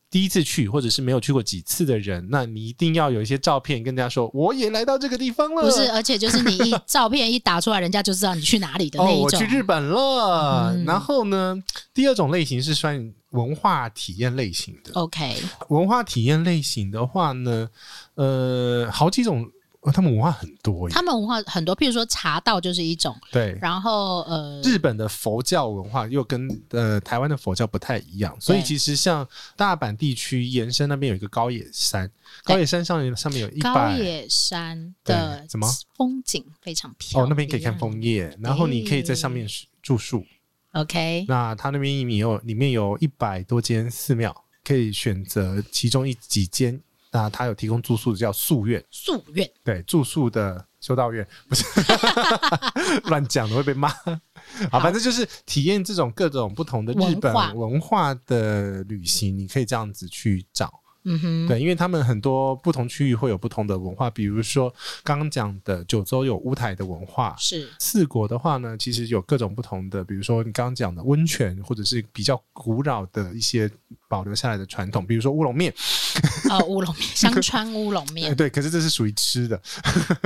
Speaker 1: 第一次去，或者是没有去过几次的人，那你一定要有一些照片跟大家说，我也来到这个地方了。哦
Speaker 2: 不是，而且就是你一照片一打出来，人家就知道你去哪里的那
Speaker 1: 哦，
Speaker 2: 一
Speaker 1: 我
Speaker 2: 种。
Speaker 1: 去日本了。
Speaker 2: 嗯
Speaker 1: 然后呢，第二种类型是算文化体验类型的。
Speaker 2: OK，
Speaker 1: 文化体验类型的话呢，呃，好几种，呃他们文化很多耶。
Speaker 2: 他们文化很多，譬如说茶道就是一种，
Speaker 1: 对，
Speaker 2: 然后呃，
Speaker 1: 日本的佛教文化又跟呃台湾的佛教不太一样，所以其实像大阪地区延伸那边有一个高野山，
Speaker 2: 对
Speaker 1: 高野山上面上面有一
Speaker 2: 高
Speaker 1: 百
Speaker 2: 野山的
Speaker 1: 对怎么
Speaker 2: 风景非常漂亮？
Speaker 1: 哦，那边可以看枫叶，然后你可以在上面住宿。
Speaker 2: 嗯 OK，
Speaker 1: 那它那边也有里面有一百多间寺庙，可以选择其中一几间。那它有提供住宿的叫宿院，
Speaker 2: 夙愿
Speaker 1: 对住宿的修道院不是 乱讲的会被骂。好，反正就是体验这种各种不同的日本
Speaker 2: 文化
Speaker 1: 文化的旅行，你可以这样子去找。
Speaker 2: 嗯哼，
Speaker 1: 对，因为他们很多不同区域会有不同的文化，比如说刚刚讲的九州有乌台的文化，
Speaker 2: 是
Speaker 1: 四国的话呢，其实有各种不同的，比如说你刚刚讲的温泉，或者是比较古老的一些保留下来的传统，比如说乌龙面，
Speaker 2: 呃乌 龙面，香川乌龙
Speaker 1: 哎，
Speaker 2: 面，
Speaker 1: 对，可是这是属于吃的，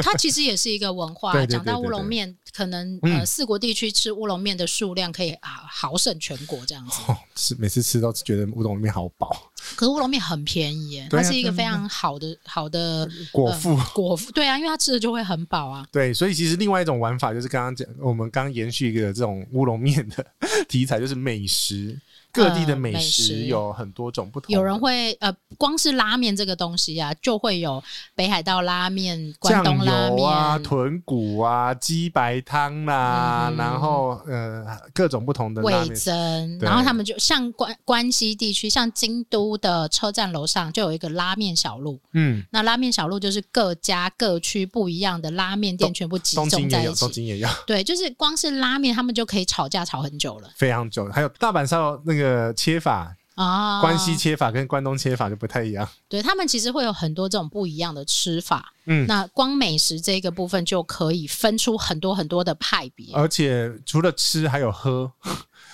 Speaker 2: 它其实也是一个文化
Speaker 1: 对。对对
Speaker 2: 讲到乌龙
Speaker 1: 对对
Speaker 2: 面，可能
Speaker 1: 嗯
Speaker 2: 呃四国地区吃乌龙面的数量可以啊豪胜全国这样子。
Speaker 1: 哦，是每次吃都觉得乌龙面好饱，
Speaker 2: 可是乌龙面很便宜耶，
Speaker 1: 对啊
Speaker 2: 它是一个非
Speaker 1: 对啊对啊
Speaker 2: 常好的好的
Speaker 1: 果腹。
Speaker 2: 呃果腹， 对啊，因为它吃了就会很饱啊。
Speaker 1: 对，所以其实另外一种玩法就是刚刚讲，我们刚延续一个这种乌龙面的 题材，就是美食，各地的
Speaker 2: 呃
Speaker 1: 美
Speaker 2: 美
Speaker 1: 食
Speaker 2: 食
Speaker 1: 有很多种不同的。
Speaker 2: 有人会呃，光是拉面这个东西啊，就会有北海道拉面、关
Speaker 1: 酱
Speaker 2: 东拉
Speaker 1: 油
Speaker 2: 面
Speaker 1: 啊、豚骨啊、鸡白汤啦、
Speaker 2: 嗯
Speaker 1: 然后呃各种不同的拉
Speaker 2: 味
Speaker 1: 面
Speaker 2: 增，
Speaker 1: 对
Speaker 2: 然后他们就像关关西地区，像京都的车站楼上就有一个拉面小路。
Speaker 1: 嗯，
Speaker 2: 那拉面小路就是各家各区不一样的拉面店全部集
Speaker 1: 东
Speaker 2: 中
Speaker 1: 京
Speaker 2: 在
Speaker 1: 也
Speaker 2: 一
Speaker 1: 有，东
Speaker 2: 起。
Speaker 1: 京也有，
Speaker 2: 对，就是光是拉面，他们就可以吵架吵很久了
Speaker 1: 非常久。还有大阪烧那个切法，
Speaker 2: 啊。
Speaker 1: 关西切法跟关东切法就不太一样。
Speaker 2: 对他们其实会有很多这种不一样的吃法。
Speaker 1: 嗯
Speaker 2: 那光美食这个部分就可以分出很多很多的派别，
Speaker 1: 而且除了吃，还有喝，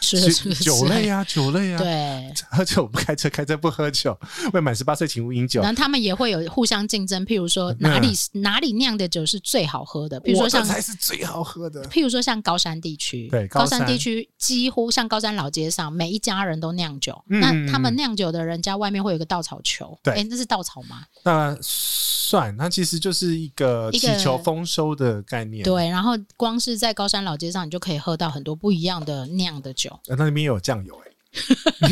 Speaker 2: 吃的吃
Speaker 1: 啊是
Speaker 2: 的
Speaker 1: 酒类啊，酒类啊。
Speaker 2: 对，
Speaker 1: 喝酒不开车，开车不喝酒。未满十八岁，请勿饮酒
Speaker 2: 然。后他们也会有互相竞争，譬如说哪里、哪里酿的酒是最好喝的，譬如
Speaker 1: 嗯
Speaker 2: 说
Speaker 1: 我的
Speaker 2: 像
Speaker 1: 才是最好喝的。
Speaker 2: 譬如说像高山地区，
Speaker 1: 对
Speaker 2: 高
Speaker 1: 高山
Speaker 2: 地区几乎像高山老街上，每一家人都酿酒。
Speaker 1: 嗯
Speaker 2: 那他们酿酒的人家外面会有个稻草球，
Speaker 1: 对
Speaker 2: 诶那是稻草吗？
Speaker 1: 那算，它其实就是一个
Speaker 2: 一
Speaker 1: 祈
Speaker 2: 个
Speaker 1: 求丰收的概念。
Speaker 2: 对，然后光是在高山老街上，你就可以喝到很多不一样的酿的酒。
Speaker 1: 呃，那那边也有酱油哎、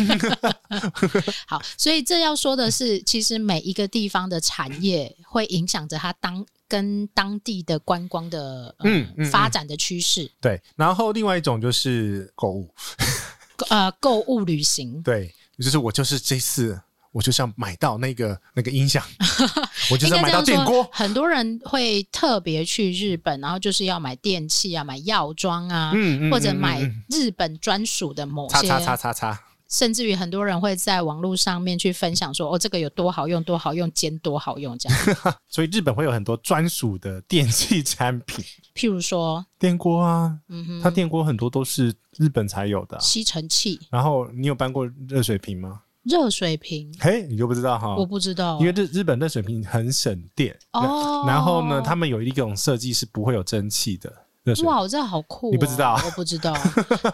Speaker 2: 好，所以这要说的是，其实每一个地方的产业会影响着它当跟当地的观光的、呃、
Speaker 1: 嗯嗯
Speaker 2: 发展的趋势，
Speaker 1: 对，然后另外一种就是购物，
Speaker 2: 呃，购物旅行。
Speaker 1: 对，就是我就是这次我就是要买到那个那个音响， 我就是要
Speaker 2: 应该
Speaker 1: 买
Speaker 2: 这
Speaker 1: 到
Speaker 2: 样
Speaker 1: 电
Speaker 2: 说
Speaker 1: 锅，。
Speaker 2: 很多人会特别去日本，然后就是要买电器啊、买药妆啊，
Speaker 1: 嗯
Speaker 2: 或者买
Speaker 1: 嗯嗯
Speaker 2: 日本专属的某
Speaker 1: 叉
Speaker 2: 些，
Speaker 1: 叉叉叉叉，
Speaker 2: 甚至于很多人会在网络上面去分享说：“哦，这个有多好用，多好用，煎多好 用。”这样，
Speaker 1: 所以日本会有很多专属的电器产品，
Speaker 2: 譬如说，
Speaker 1: 电锅啊，
Speaker 2: 嗯
Speaker 1: 它
Speaker 2: 哼，
Speaker 1: 电锅很多都是日本才有的啊、
Speaker 2: 吸尘器、
Speaker 1: 然后你有搬过热水瓶吗？
Speaker 2: 热水瓶，
Speaker 1: 嘿，你就不知道哈，
Speaker 2: 我不知道
Speaker 1: 哦因为日日本热水瓶很省电
Speaker 2: 哦。
Speaker 1: 然后呢，他们有一种设计是不会有蒸汽的，热水
Speaker 2: 哇，我这好酷、哦！
Speaker 1: 你不知道
Speaker 2: 我不 知道，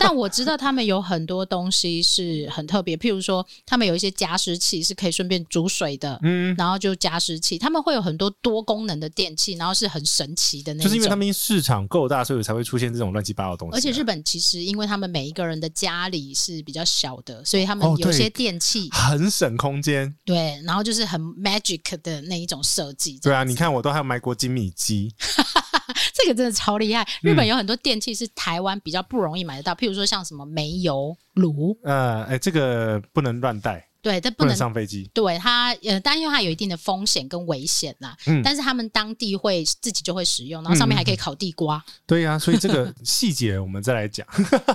Speaker 2: 但我知道他们有很多东西是很特别，譬如说，他们有一些加湿器是可以顺便煮水的，
Speaker 1: 嗯，
Speaker 2: 然后就加湿器，他们会有很多多功能的电器，然后是很神奇的那种。
Speaker 1: 就是因为他们市场够大，所以才会出现这种乱七八糟的东西啊、
Speaker 2: 而且日本其实因为他们每一个人的家里是比较小的，所以他们
Speaker 1: 哦
Speaker 2: 有
Speaker 1: 对
Speaker 2: 些电器、
Speaker 1: 很省空 间。
Speaker 2: 对，然后就是很 magic 的那一种设计。
Speaker 1: 对啊，你看我都还有买过精米机，
Speaker 2: 这个真的超厉害！
Speaker 1: 嗯
Speaker 2: 日本有很多电器是台湾比较不容易买得到，譬如说像什么煤油炉，
Speaker 1: 呃，哎，这个不能乱带，
Speaker 2: 对，但
Speaker 1: 不
Speaker 2: 不能
Speaker 1: 能上飞机。
Speaker 2: 对它，呃，但因为它有一定的风险跟危险啦，
Speaker 1: 嗯
Speaker 2: 但是他们当地会自己就会使用，然后上面还可以烤地 瓜。
Speaker 1: 对呀、啊，所以这 个细节我们再来讲。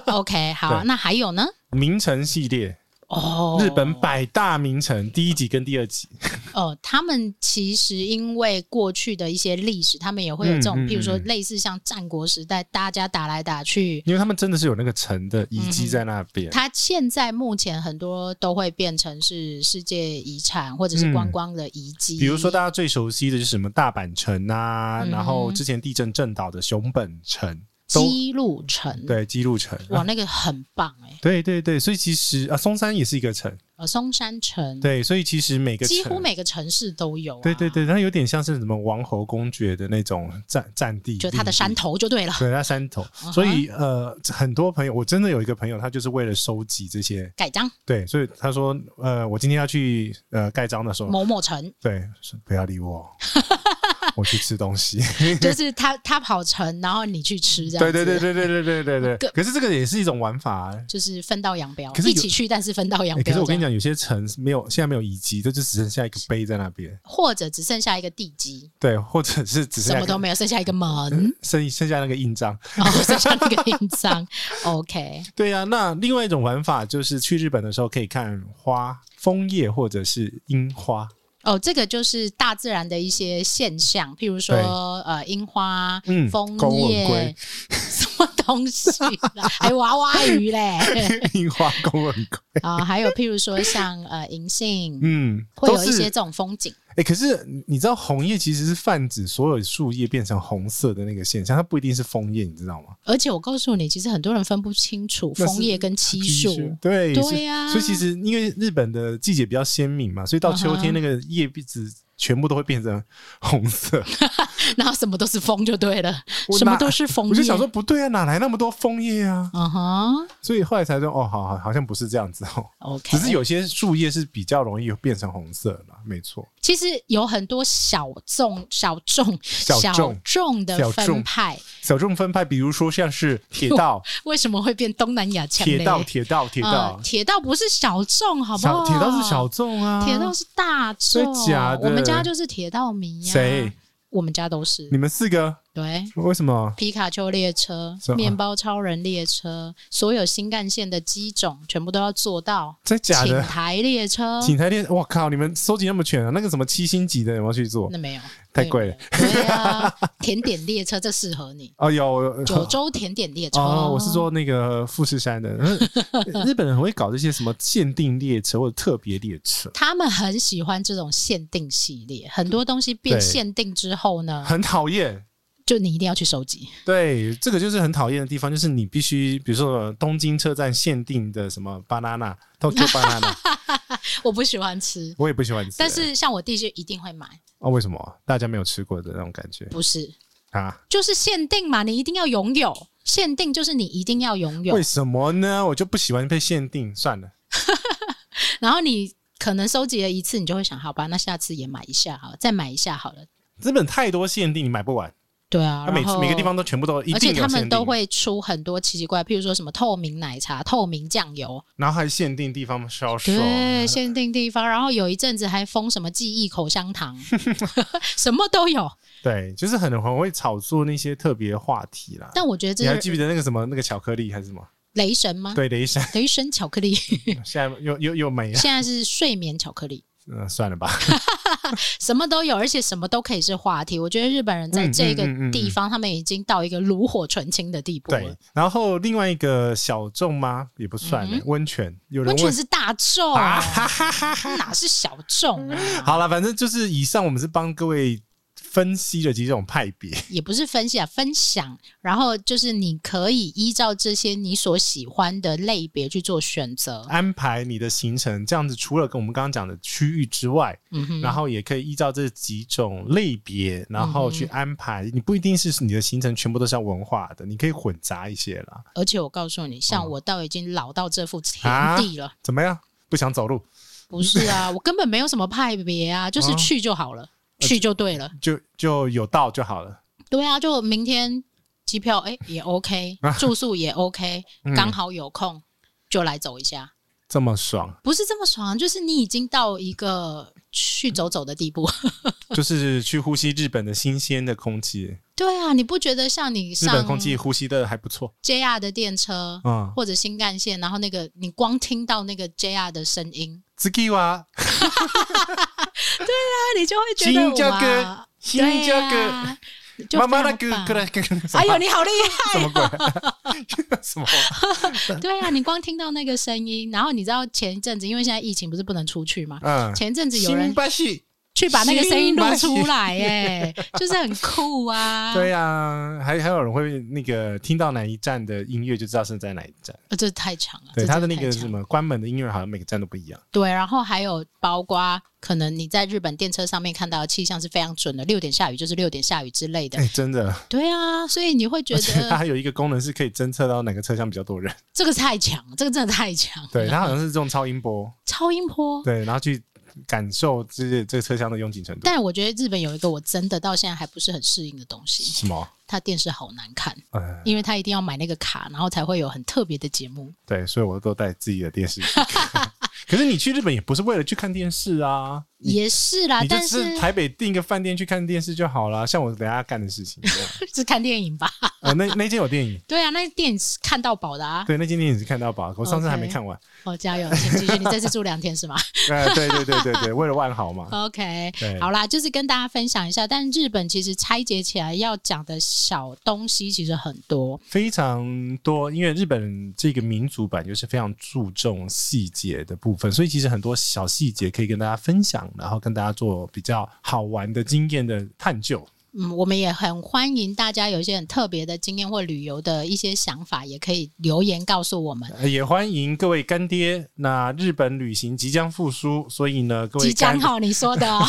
Speaker 2: OK，好啊、
Speaker 1: 对
Speaker 2: 那还有呢？
Speaker 1: 名城系列，
Speaker 2: 哦，
Speaker 1: 日本百大名城第一集跟第二集，
Speaker 2: 哦，他们其实因为过去的一些历史，他们也会有这种，
Speaker 1: 嗯嗯
Speaker 2: 譬如说
Speaker 1: 嗯
Speaker 2: 类似像战国时代，大家打来打去。
Speaker 1: 因为他们真的是有那个城的遗迹在那边。
Speaker 2: 它现在目前很多都会变成是世界遗产或者是观光的遗迹、
Speaker 1: 嗯比如说，大家最熟悉的就是什么大阪城啊，
Speaker 2: 嗯
Speaker 1: 然后之前地震震倒的熊本城，都
Speaker 2: 姬路城，，
Speaker 1: 对姬路城，
Speaker 2: 嗯哇，
Speaker 1: 啊
Speaker 2: 那个很棒哎、
Speaker 1: 对对对，所以其实啊，松山也是一个城，
Speaker 2: 呃，松山城，
Speaker 1: 对，所以其实每个
Speaker 2: 几乎
Speaker 1: 城
Speaker 2: 每个城市都有、啊。
Speaker 1: 对对，对，它有点像是什么王侯公爵的那种占占地，
Speaker 2: 就它的山
Speaker 1: 领地。
Speaker 2: 头就对了，
Speaker 1: 对，它山头，
Speaker 2: 哼
Speaker 1: 所以呃，很多朋友，我真的有一个朋友，他就是为了收集这些，
Speaker 2: 盖章
Speaker 1: 对，所以他说，呃，我今天要去呃盖章的时候，
Speaker 2: 某某城，
Speaker 1: 对，是不要理 我，哦我去吃东西。
Speaker 2: 就是他他跑城，然后你去吃这
Speaker 1: 对
Speaker 2: 样子。
Speaker 1: 对对对对对对 对对。
Speaker 2: 个
Speaker 1: 可是这个也是一种玩法、啊
Speaker 2: 就是分道扬镳
Speaker 1: 可，是有
Speaker 2: 一起去，但是分道扬
Speaker 1: 欸可
Speaker 2: 镳、
Speaker 1: 是我跟你
Speaker 2: 这样，
Speaker 1: 讲，有些城是没有现在没有遗迹，这就只剩下一个碑在那边，
Speaker 2: 或者只剩下一个地基，
Speaker 1: 对，啊或者是只剩
Speaker 2: 什
Speaker 1: 下
Speaker 2: 么
Speaker 1: 一个
Speaker 2: 都没有，剩下一个门，
Speaker 1: 剩剩下那个印章。
Speaker 2: 然后剩下那个印章。OK，
Speaker 1: 对呀、那另外一种玩法就是去日本的时候可以看花、枫叶或者是樱花。
Speaker 2: 哦，这个就是大自然的一些现象，譬如
Speaker 1: 对
Speaker 2: 说呃樱花
Speaker 1: 嗯、
Speaker 2: 枫
Speaker 1: 公文
Speaker 2: 叶
Speaker 1: 龟、
Speaker 2: 什么东西 啦，还娃娃鱼嘞
Speaker 1: 樱花公文 龟，
Speaker 2: 啊，还有譬如说像呃银杏，
Speaker 1: 嗯，
Speaker 2: 会
Speaker 1: 都
Speaker 2: 有一
Speaker 1: 是
Speaker 2: 些这种风景。
Speaker 1: 哎、可是你知道红叶其实是泛指所有树叶变成红色的那个现象，它不一定是枫叶，你知道吗？
Speaker 2: 而且我告诉你，其实很多人分不清楚
Speaker 1: 那是
Speaker 2: 枫叶跟漆树。
Speaker 1: 对
Speaker 2: 对
Speaker 1: 所以
Speaker 2: 呀
Speaker 1: 所以其实因为日本的季节比较鲜明嘛，所以到秋天
Speaker 2: 嗯哼
Speaker 1: 那个叶子全部都会变成红色。
Speaker 2: 然后什么都是枫就对了，
Speaker 1: 我
Speaker 2: 什么
Speaker 1: 哪
Speaker 2: 都是枫叶。
Speaker 1: 我就想说，不对啊，哪来那么多枫叶啊？
Speaker 2: 嗯哼
Speaker 1: 所以后来才说，哦，好好，好像不是这样子哦。
Speaker 2: ，OK。
Speaker 1: 只是，有些树叶是比较容易变成红色的，没错。
Speaker 2: 其实有很多小众、小众、
Speaker 1: 小众
Speaker 2: 众的
Speaker 1: 小
Speaker 2: 分
Speaker 1: 众
Speaker 2: 派，
Speaker 1: 小众分派，比如说像是铁道、
Speaker 2: 为什么会变东南亚 强
Speaker 1: 铁道、
Speaker 2: 嘞
Speaker 1: 铁道、铁
Speaker 2: 嗯
Speaker 1: 道、
Speaker 2: 铁道不是小众，好不
Speaker 1: 小
Speaker 2: 好？
Speaker 1: 铁道是小，众啊，
Speaker 2: 铁道是大众
Speaker 1: 真。的假的
Speaker 2: 我们家就是铁道迷呀。
Speaker 1: 谁？？
Speaker 2: 我们家都是
Speaker 1: 你。们四个
Speaker 2: 对，
Speaker 1: 为什么？
Speaker 2: 皮卡丘列车
Speaker 1: 什、么
Speaker 2: 面包超人列车，所有新干线的机种全部都要做到。
Speaker 1: 真假
Speaker 2: 请
Speaker 1: 的？
Speaker 2: 台列车，
Speaker 1: 景台店，我靠！你们收集那么全啊？那个什么七星级的有没有去做？
Speaker 2: 那没有，
Speaker 1: 太贵了
Speaker 2: 对。对啊， 甜点列车这适 合你，
Speaker 1: 哦，有我
Speaker 2: 九州甜点列车。
Speaker 1: 哦，我是说那个富士山的。 嗯日本人很会搞这些什么限定列车或者特别列车，
Speaker 2: 他们很喜欢这种限定系列，很多东西变
Speaker 1: 对
Speaker 2: 限定之后呢，
Speaker 1: 很讨厌。
Speaker 2: 就你一定要去收集。
Speaker 1: 对，这个就是很讨厌的地方，就是你必须，比如说东京车站限定的什么 banana Tokyo banana，
Speaker 2: 我不喜欢吃，
Speaker 1: 我也不喜欢吃。
Speaker 2: 但是像我弟就一定会买，
Speaker 1: 哦，为什么大家没有吃过的那种感觉
Speaker 2: 不是，
Speaker 1: 啊？
Speaker 2: 就是限定嘛，你一定要拥有。限定就是你一定要拥有
Speaker 1: 为，什么呢？我就不喜欢被限定，算了。
Speaker 2: 然后你可能收集了一次，你就会想，好吧，那下次也买一下好了，再买一下好了。
Speaker 1: 日本太多限定，你买不完。
Speaker 2: 对啊，
Speaker 1: 它每
Speaker 2: 然后
Speaker 1: 每个地方都全部都一
Speaker 2: 而
Speaker 1: 定
Speaker 2: 且
Speaker 1: 有
Speaker 2: 他
Speaker 1: 限
Speaker 2: 们
Speaker 1: 定，
Speaker 2: 都会出很多奇奇怪，譬如说什么透明奶茶、透明酱油，
Speaker 1: 然后还限定地方销售。
Speaker 2: 对，限定地方。然后有一阵子还封什么记忆口 香糖，什么都有。
Speaker 1: 对，就是很很会炒作那些特别话题啦。
Speaker 2: 但我觉得
Speaker 1: 你还
Speaker 2: 这
Speaker 1: 记
Speaker 2: 是啊
Speaker 1: 不记得那个什么那个巧克力还是什么？
Speaker 2: 雷神吗？
Speaker 1: 对，雷神
Speaker 2: 雷神 巧克力，
Speaker 1: 现在又又又没了，
Speaker 2: 现在是睡眠巧克力，
Speaker 1: 嗯，算了吧。
Speaker 2: 什么都有，而且什么都可以是话题。我觉得日本人在
Speaker 1: 嗯
Speaker 2: 这个
Speaker 1: 嗯嗯嗯
Speaker 2: 地方，他们已经到一个炉火纯青的地步
Speaker 1: 对
Speaker 2: 了。，
Speaker 1: 然后另外一个小众吗？也不算、
Speaker 2: 嗯
Speaker 1: 温泉，有人
Speaker 2: 温泉
Speaker 1: 问。
Speaker 2: 是大众，
Speaker 1: 啊哈哈哈哈！
Speaker 2: 哪是小众啊？
Speaker 1: 好了，反正就是以上，我们是帮各位分析了几种派别，
Speaker 2: 也不是分析啊，分享。然后就是你可以依照这些你所喜欢的类别去做选择。
Speaker 1: 安排你的行程。这样子，除了跟我们刚刚讲的区域之外，
Speaker 2: 嗯哼，
Speaker 1: 然后也可以依照这几种类别，然
Speaker 2: 嗯
Speaker 1: 后去安排。你不一定是你的行程全部都是要文化的，你可以混杂一些啦。
Speaker 2: 而且我告诉你，像
Speaker 1: 嗯
Speaker 2: 我到已经老到这副田
Speaker 1: 啊
Speaker 2: 地了，
Speaker 1: 怎么样？不想走路，
Speaker 2: 不是 啊，我根本没有什么派别啊，就是
Speaker 1: 嗯
Speaker 2: 去就好了，去就对了。
Speaker 1: 就就有到就好了。
Speaker 2: 对啊，就明天机票哎、也 OK，住宿也 OK，
Speaker 1: 啊嗯
Speaker 2: 刚好有空就来走一下。
Speaker 1: 这么 爽，
Speaker 2: 不是这么爽，就是你已经到一个去走走的地步。
Speaker 1: 就是去呼吸日本的新鲜的空气，
Speaker 2: 对啊，你不觉得像你
Speaker 1: 日
Speaker 2: 上
Speaker 1: 本空气呼吸的还不错。
Speaker 2: JR 的电车
Speaker 1: 嗯，
Speaker 2: 或者新干线，然后那个你光听到那个 JR 的声音，
Speaker 1: 次は啊
Speaker 2: 那你就会觉
Speaker 1: 新
Speaker 2: 得
Speaker 1: 加
Speaker 2: 哇
Speaker 1: 坡，，新加
Speaker 2: 对
Speaker 1: 坡，
Speaker 2: 啊就
Speaker 1: 妈妈那
Speaker 2: 非
Speaker 1: 个
Speaker 2: 常棒
Speaker 1: 过来，什
Speaker 2: 哎呦，
Speaker 1: 么
Speaker 2: 你好厉
Speaker 1: 什么鬼？ 什 么？
Speaker 2: 害！对啊，你光听到那个声音，然后你知道前一阵子，因为现在疫情不是不能 出去嘛，
Speaker 1: 嗯，
Speaker 2: 前一阵子有
Speaker 1: 新
Speaker 2: 人
Speaker 1: 巴西，
Speaker 2: 去把那个声音录
Speaker 1: 新
Speaker 2: 出 来、耶，就是很酷啊！
Speaker 1: 对呀、还还有人会那个听到哪一站的音乐就知道是在哪一站。
Speaker 2: 呃，这太长了。
Speaker 1: 对，
Speaker 2: 这
Speaker 1: 他
Speaker 2: 真
Speaker 1: 的那个
Speaker 2: 太
Speaker 1: 是
Speaker 2: 长
Speaker 1: 什么关门的音乐好像每个站都不 一样。
Speaker 2: 对，啊然后还有包括可能你在日本电车上面看到的气象是非常准的，六点下雨就是六点下雨之类的。
Speaker 1: 哎，真的，
Speaker 2: 对啊，所以你会觉
Speaker 1: 而且它
Speaker 2: 得
Speaker 1: 还有一个功 能是啊可以侦测到哪个车厢比较多人。
Speaker 2: 这个太强，这个真的太强了。
Speaker 1: 对，它好像是这种超音波，
Speaker 2: 超音 波。
Speaker 1: 对，然后去感受这些这个车厢的拥挤程度。
Speaker 2: 但我觉得日本有一个我真的到现在还不是很适应的东西，
Speaker 1: 什么？
Speaker 2: 它电视好难看，
Speaker 1: 呃，
Speaker 2: 因为它一定要买那个卡，然后才会有很特别的节目。
Speaker 1: 对，所以我都带自己的电视去看。可是你去日本也不是为了去看电视啊，
Speaker 2: 也是啦
Speaker 1: 你，就
Speaker 2: 但是
Speaker 1: 是台北订一个饭店去看电视就好啦。像我等一下干的事情一样，
Speaker 2: 是看电影吧？
Speaker 1: 呃，那 那间有电影，
Speaker 2: 对啊，那电影是看到饱的啊。
Speaker 1: 对，那今天也是看到吧？我上次还没
Speaker 2: OK
Speaker 1: 看完。
Speaker 2: 哦，加油，请继续。你这次住两天是吗
Speaker 1: 呃，对对对对对，为了万豪
Speaker 2: 哦
Speaker 1: 嘛。
Speaker 2: ？OK，
Speaker 1: 对，
Speaker 2: 好啦，就是跟大家分享一下。但日本其实拆解起来要讲的小东西其实很多，
Speaker 1: 非常多，因为日本这个民族版就是非常注重细节的部分，所以其实很多小细节可以跟大家分享，然后跟大家做比较好玩的经验的探究。
Speaker 2: 嗯，我们也很欢迎大家有一些很特别的经验或旅游的一些想法，也可以留言告诉我们。
Speaker 1: 呃也欢迎各位干爹，那日本旅行即将复苏，所以呢，各位
Speaker 2: 即将
Speaker 1: 干
Speaker 2: 哈，你说的、哦，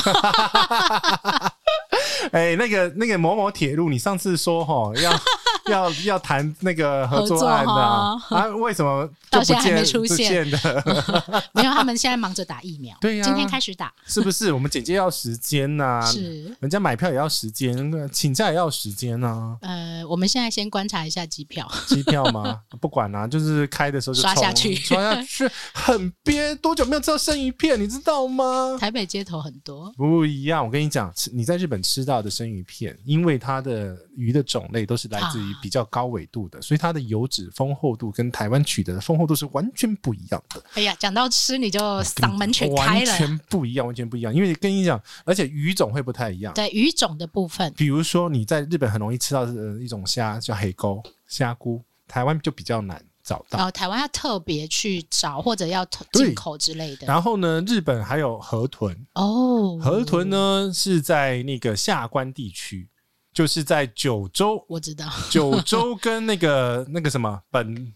Speaker 1: 哎、那个那个某某铁路，你上次说吼要 要要谈那个合作案的啊，
Speaker 2: 合
Speaker 1: 啊为什么就
Speaker 2: 到
Speaker 1: 不
Speaker 2: 现在还
Speaker 1: 见
Speaker 2: 没出
Speaker 1: 不
Speaker 2: 现
Speaker 1: 见的？
Speaker 2: 没有，他们现在忙着打疫苗，
Speaker 1: 对呀
Speaker 2: 今天开始打，
Speaker 1: 是不是？我们简介要时间呐、
Speaker 2: 是。
Speaker 1: 人家买票也要时间，请假也要时间呐、
Speaker 2: 呃，我们现在先观察一下机 票，
Speaker 1: 机票吗？不管啦、就是开的时候就
Speaker 2: 刷下
Speaker 1: 冲
Speaker 2: 去
Speaker 1: 刷下去，很憋。多久没有吃到生鱼片，你知道吗？
Speaker 2: 台北街头很多，
Speaker 1: 不一样，我跟你讲，吃你在日本吃到的生鱼片，因为它的鱼的种类都是来自于
Speaker 2: 啊
Speaker 1: 比较高纬度的，所以它的油脂丰厚度跟台湾取得的丰厚度是完全不一样的。
Speaker 2: 哎呀，讲到吃你就嗓门全开
Speaker 1: 完
Speaker 2: 了。
Speaker 1: 全不一样，完全不一样。因为跟你讲，而且鱼种会不太一样。
Speaker 2: 对鱼种的部分，
Speaker 1: 比如说你在日本很容易吃到的一种虾叫黑沟虾菇，台湾就比较难找到。
Speaker 2: 然后台湾要特别去找或者要特
Speaker 1: 对
Speaker 2: 进口之类的。
Speaker 1: 然后呢，日本还有河豚，
Speaker 2: 哦，
Speaker 1: 河豚呢是在那个下关地区，就是在九 州，
Speaker 2: 我知道，
Speaker 1: 九州跟那个那个什么本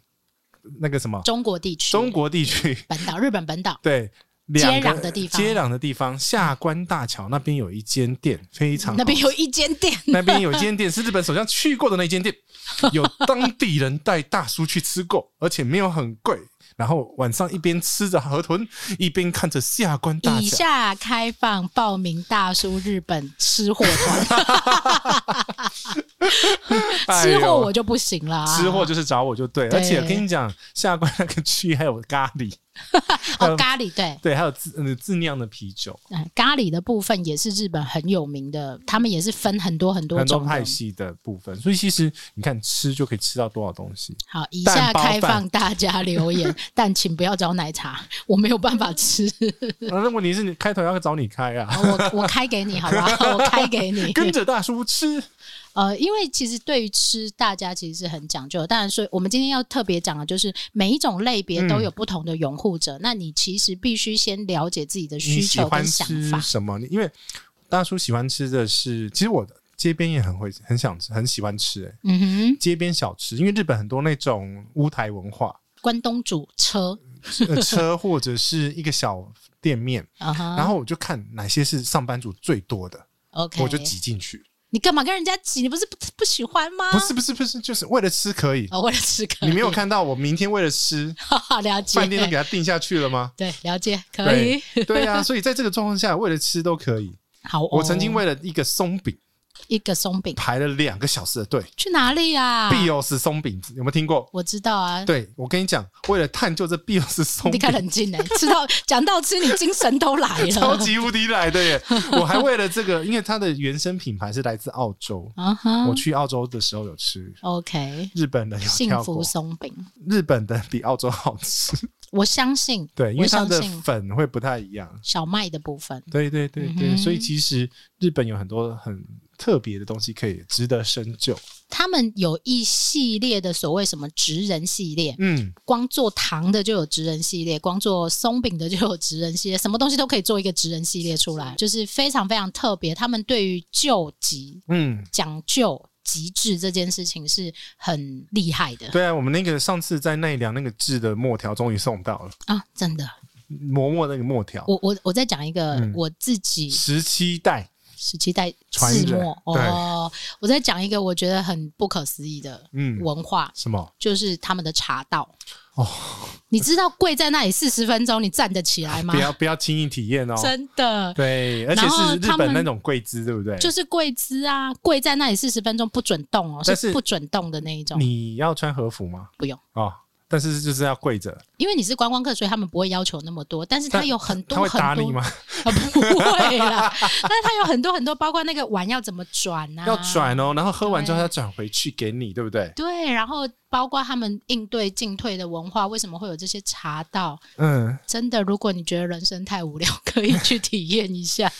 Speaker 1: 那个什么
Speaker 2: 中国地区、
Speaker 1: 中国地区，
Speaker 2: 本岛、日本本岛，
Speaker 1: 对。两个
Speaker 2: 壤的地方
Speaker 1: 接壤的地方，下关大桥那边有一间店，非常好
Speaker 2: 那边有一间店，
Speaker 1: 那边有一间店是日本首相去过的那间店，有当地人带大叔去吃过，而且没有很贵。然后晚上一边吃着河豚，一边看着下关大
Speaker 2: 以
Speaker 1: 桥。
Speaker 2: 下开放报名大叔日本吃货团，
Speaker 1: 哎
Speaker 2: 吃
Speaker 1: 呦
Speaker 2: 货我就不行啊啦，
Speaker 1: 哎吃货就是找我就对，
Speaker 2: 对
Speaker 1: 而且我跟你讲，下关那个区还有咖喱，
Speaker 2: 哦咖喱对。
Speaker 1: 对，还有自呃自酿的啤酒，
Speaker 2: 嗯咖喱的部分也是日本很有名的，他们也是分很多很多
Speaker 1: 很多
Speaker 2: 种的
Speaker 1: 派系的部分。所以其实你看吃就可以吃到多少东西。
Speaker 2: 好，以
Speaker 1: 蛋
Speaker 2: 下
Speaker 1: 包
Speaker 2: 开
Speaker 1: 饭
Speaker 2: 放大家 留言，但请不要找奶茶，我没有办法吃。
Speaker 1: 那问题是你开头要找你开啊，
Speaker 2: 我我开给你，好不好？我开给哦你。
Speaker 1: 跟着大叔吃。
Speaker 2: 呃，因为其实对于吃，大家其实是很讲究的。当然，所以我们今天要特别讲的就是每一种类别
Speaker 1: 嗯
Speaker 2: 都有不同的拥护者。那你其实必须先了解自己的需
Speaker 1: 你喜
Speaker 2: 求
Speaker 1: 欢
Speaker 2: 跟想
Speaker 1: 吃
Speaker 2: 法。
Speaker 1: 什么？你因为大叔喜欢吃的是，其实我街边也很会很想吃，很喜欢吃、欸。
Speaker 2: 嗯哼，
Speaker 1: 街边小吃，因为日本很多那种乌台文化，
Speaker 2: 关东煮车，
Speaker 1: 呃、 车或者是一个小店面，
Speaker 2: 啊哈，
Speaker 1: 然后我就看哪些是上班族最多的，
Speaker 2: OK，
Speaker 1: 我就挤进去。
Speaker 2: 你干嘛跟人家挤？你不是不不喜欢吗？
Speaker 1: 不是不是不是，就是为了吃可以。
Speaker 2: 啊哦，为了吃可以，
Speaker 1: 你没有看到我明天为了 吃
Speaker 2: 了解
Speaker 1: 饭店都给他定下去了吗？
Speaker 2: 对了解可以，
Speaker 1: 对呀、所以在这个状况下，为了吃都可以。
Speaker 2: 好哦、
Speaker 1: 我曾经为了一个松饼
Speaker 2: 一个松饼
Speaker 1: 排了两个小时的队
Speaker 2: 去哪里啊？
Speaker 1: 必欧斯松饼有没有听过？
Speaker 2: 我知道啊，
Speaker 1: 对，我跟你讲，为了探究这必欧斯松
Speaker 2: 你
Speaker 1: 饼
Speaker 2: 看，冷静哎，吃到讲到吃，你精神都来 了，
Speaker 1: 超级无敌来的耶！我还为了这个，因为它的原生品牌是来自澳洲，
Speaker 2: 啊哈
Speaker 1: 我去澳洲的时候有吃，
Speaker 2: ，OK，
Speaker 1: 日本的有
Speaker 2: 幸
Speaker 1: 跳过
Speaker 2: 福，松饼，
Speaker 1: 日本的比澳洲好吃。
Speaker 2: 我相信
Speaker 1: 对，因
Speaker 2: 我
Speaker 1: 为它
Speaker 2: 相
Speaker 1: 的
Speaker 2: 信
Speaker 1: 粉会不太一样。
Speaker 2: 小麦的部分，
Speaker 1: 对对对
Speaker 2: 嗯
Speaker 1: 对，
Speaker 2: 哼
Speaker 1: 所以其实日本有很多很特别的东西可以值得深究。
Speaker 2: 他们有一系列的所谓什么职人系列，
Speaker 1: 嗯，
Speaker 2: 光做糖的就有职人系列，光做松饼的就有职人系列，什么东西都可以做一个职人系列出来，就是非常非常特别。他们对于救急
Speaker 1: 嗯，
Speaker 2: 讲究极致这件事情是很厉害的
Speaker 1: 对啊，我们那个上次在奈良那个制的墨条终于送到了，
Speaker 2: 啊！真的，
Speaker 1: 磨墨那个墨条，
Speaker 2: 我我我再讲一个、
Speaker 1: 嗯
Speaker 2: 我自己
Speaker 1: 十七代，
Speaker 2: 十七代
Speaker 1: 传
Speaker 2: 字
Speaker 1: 人
Speaker 2: 幕哦，我再讲一个我觉得很不可思议的
Speaker 1: 嗯，
Speaker 2: 文化，
Speaker 1: 什么？
Speaker 2: 就是他们的茶道。
Speaker 1: 哦，
Speaker 2: 你知道跪在那里四十分钟，你站得起来吗
Speaker 1: 不？要不要轻易体验哦。
Speaker 2: 真的，
Speaker 1: 对，而且
Speaker 2: 然后
Speaker 1: 是日
Speaker 2: 他
Speaker 1: 本
Speaker 2: 们
Speaker 1: 那种跪姿，对不对？
Speaker 2: 就是跪姿啊，跪在那里四十分钟不准动哦，
Speaker 1: 但是
Speaker 2: 是不准动的那一种，
Speaker 1: 你要穿和服吗？
Speaker 2: 不用，
Speaker 1: 哦，但是就是要跪着，
Speaker 2: 因为你是观光客，所以他们不会要求那么多，但是他
Speaker 1: 但
Speaker 2: 有很
Speaker 1: 他
Speaker 2: 多
Speaker 1: 会
Speaker 2: 很
Speaker 1: 打你
Speaker 2: 多，
Speaker 1: 吗？
Speaker 2: 啊不会啦， 但是他有很多很多，包括那个碗要怎么转啊，
Speaker 1: 要转哦，然后喝完之后
Speaker 2: 对
Speaker 1: 他转回去给你，对不对？
Speaker 2: 对，然后包括他们应对进退的文化，为什么会有这些茶道？
Speaker 1: 嗯，
Speaker 2: 真的，如果你觉得人生太无聊，可以去体验一下。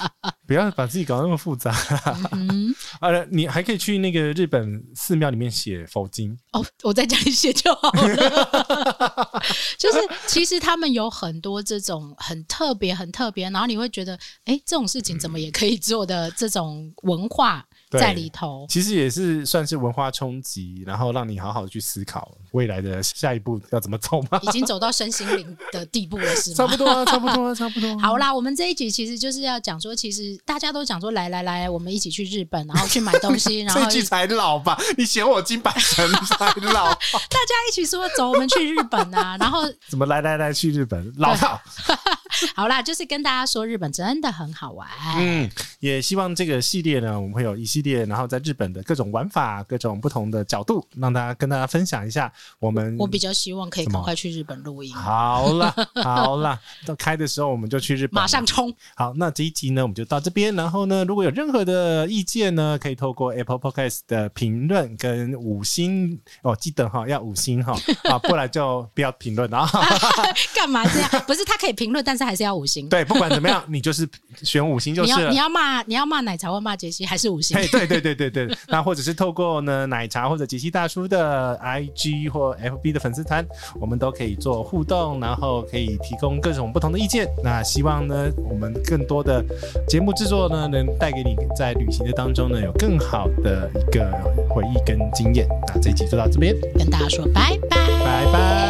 Speaker 1: 不要把自己搞得那么复杂。
Speaker 2: 嗯，
Speaker 1: 呃，你还可以去那个日本寺庙里面写佛经，
Speaker 2: 哦，我在家里写就好了。 就是其实他们有很多这种很特别、很特别，然后你会觉得，哎、这种事情怎么也可以做的这种文化
Speaker 1: 嗯对
Speaker 2: 在里头。
Speaker 1: 其实也是算是文化冲击，然后让你好好去思考未来的下一步要怎么走吗？
Speaker 2: 已经走到身心灵的地步了，是吗？
Speaker 1: 差不多啊，差不多啊，差不多啊、
Speaker 2: 好啦，我们这一集其实就是要讲说，其实大家都讲说，来来来，我们一起去日本，然后去买东 西，然后
Speaker 1: 这句才老吧？ 你嫌我金百成才老？
Speaker 2: 大家一起说走，我们去日本啊。然后
Speaker 1: 怎么来来来去日本老套？
Speaker 2: 好啦，就是跟大家说，日本真的很好玩。
Speaker 1: 嗯，也希望这个系列呢，我们会有一系列，然后在日本的各种玩法、各种不同的角度，让大家跟大家分享一下我们。
Speaker 2: 我比较希望可以
Speaker 1: 什么
Speaker 2: 赶快去日本录 音，
Speaker 1: 好啦，好啦，到开的时候我们就去日本了，
Speaker 2: 马上冲。
Speaker 1: 好，那这一集呢，我们就到这边。然后呢，如果有任何的意见呢，可以透过 Apple Podcast 的评论跟五星哦，记得哈，要五星哈啊，不然就不要评论啊。
Speaker 2: 干嘛这样？不是他可以评论，但是还是要五星。
Speaker 1: 对，不管怎么样，你就是选五星就
Speaker 2: 你
Speaker 1: 是
Speaker 2: 要你
Speaker 1: 了。
Speaker 2: 要骂你要骂奶茶或骂杰西，还是五星
Speaker 1: 嘿，？ 对对对对对，那或者是透过呢奶茶或者杰西大叔的 IG 或 FB 的粉丝团，我们都可以做互动，然后可以提供各种不同的意见。那希望呢，我们更多的节目制作呢，能带给你在旅行的当中呢，有更好的一个回忆跟经验。那这一集就到这边，
Speaker 2: 跟大家说拜拜。
Speaker 1: 拜拜。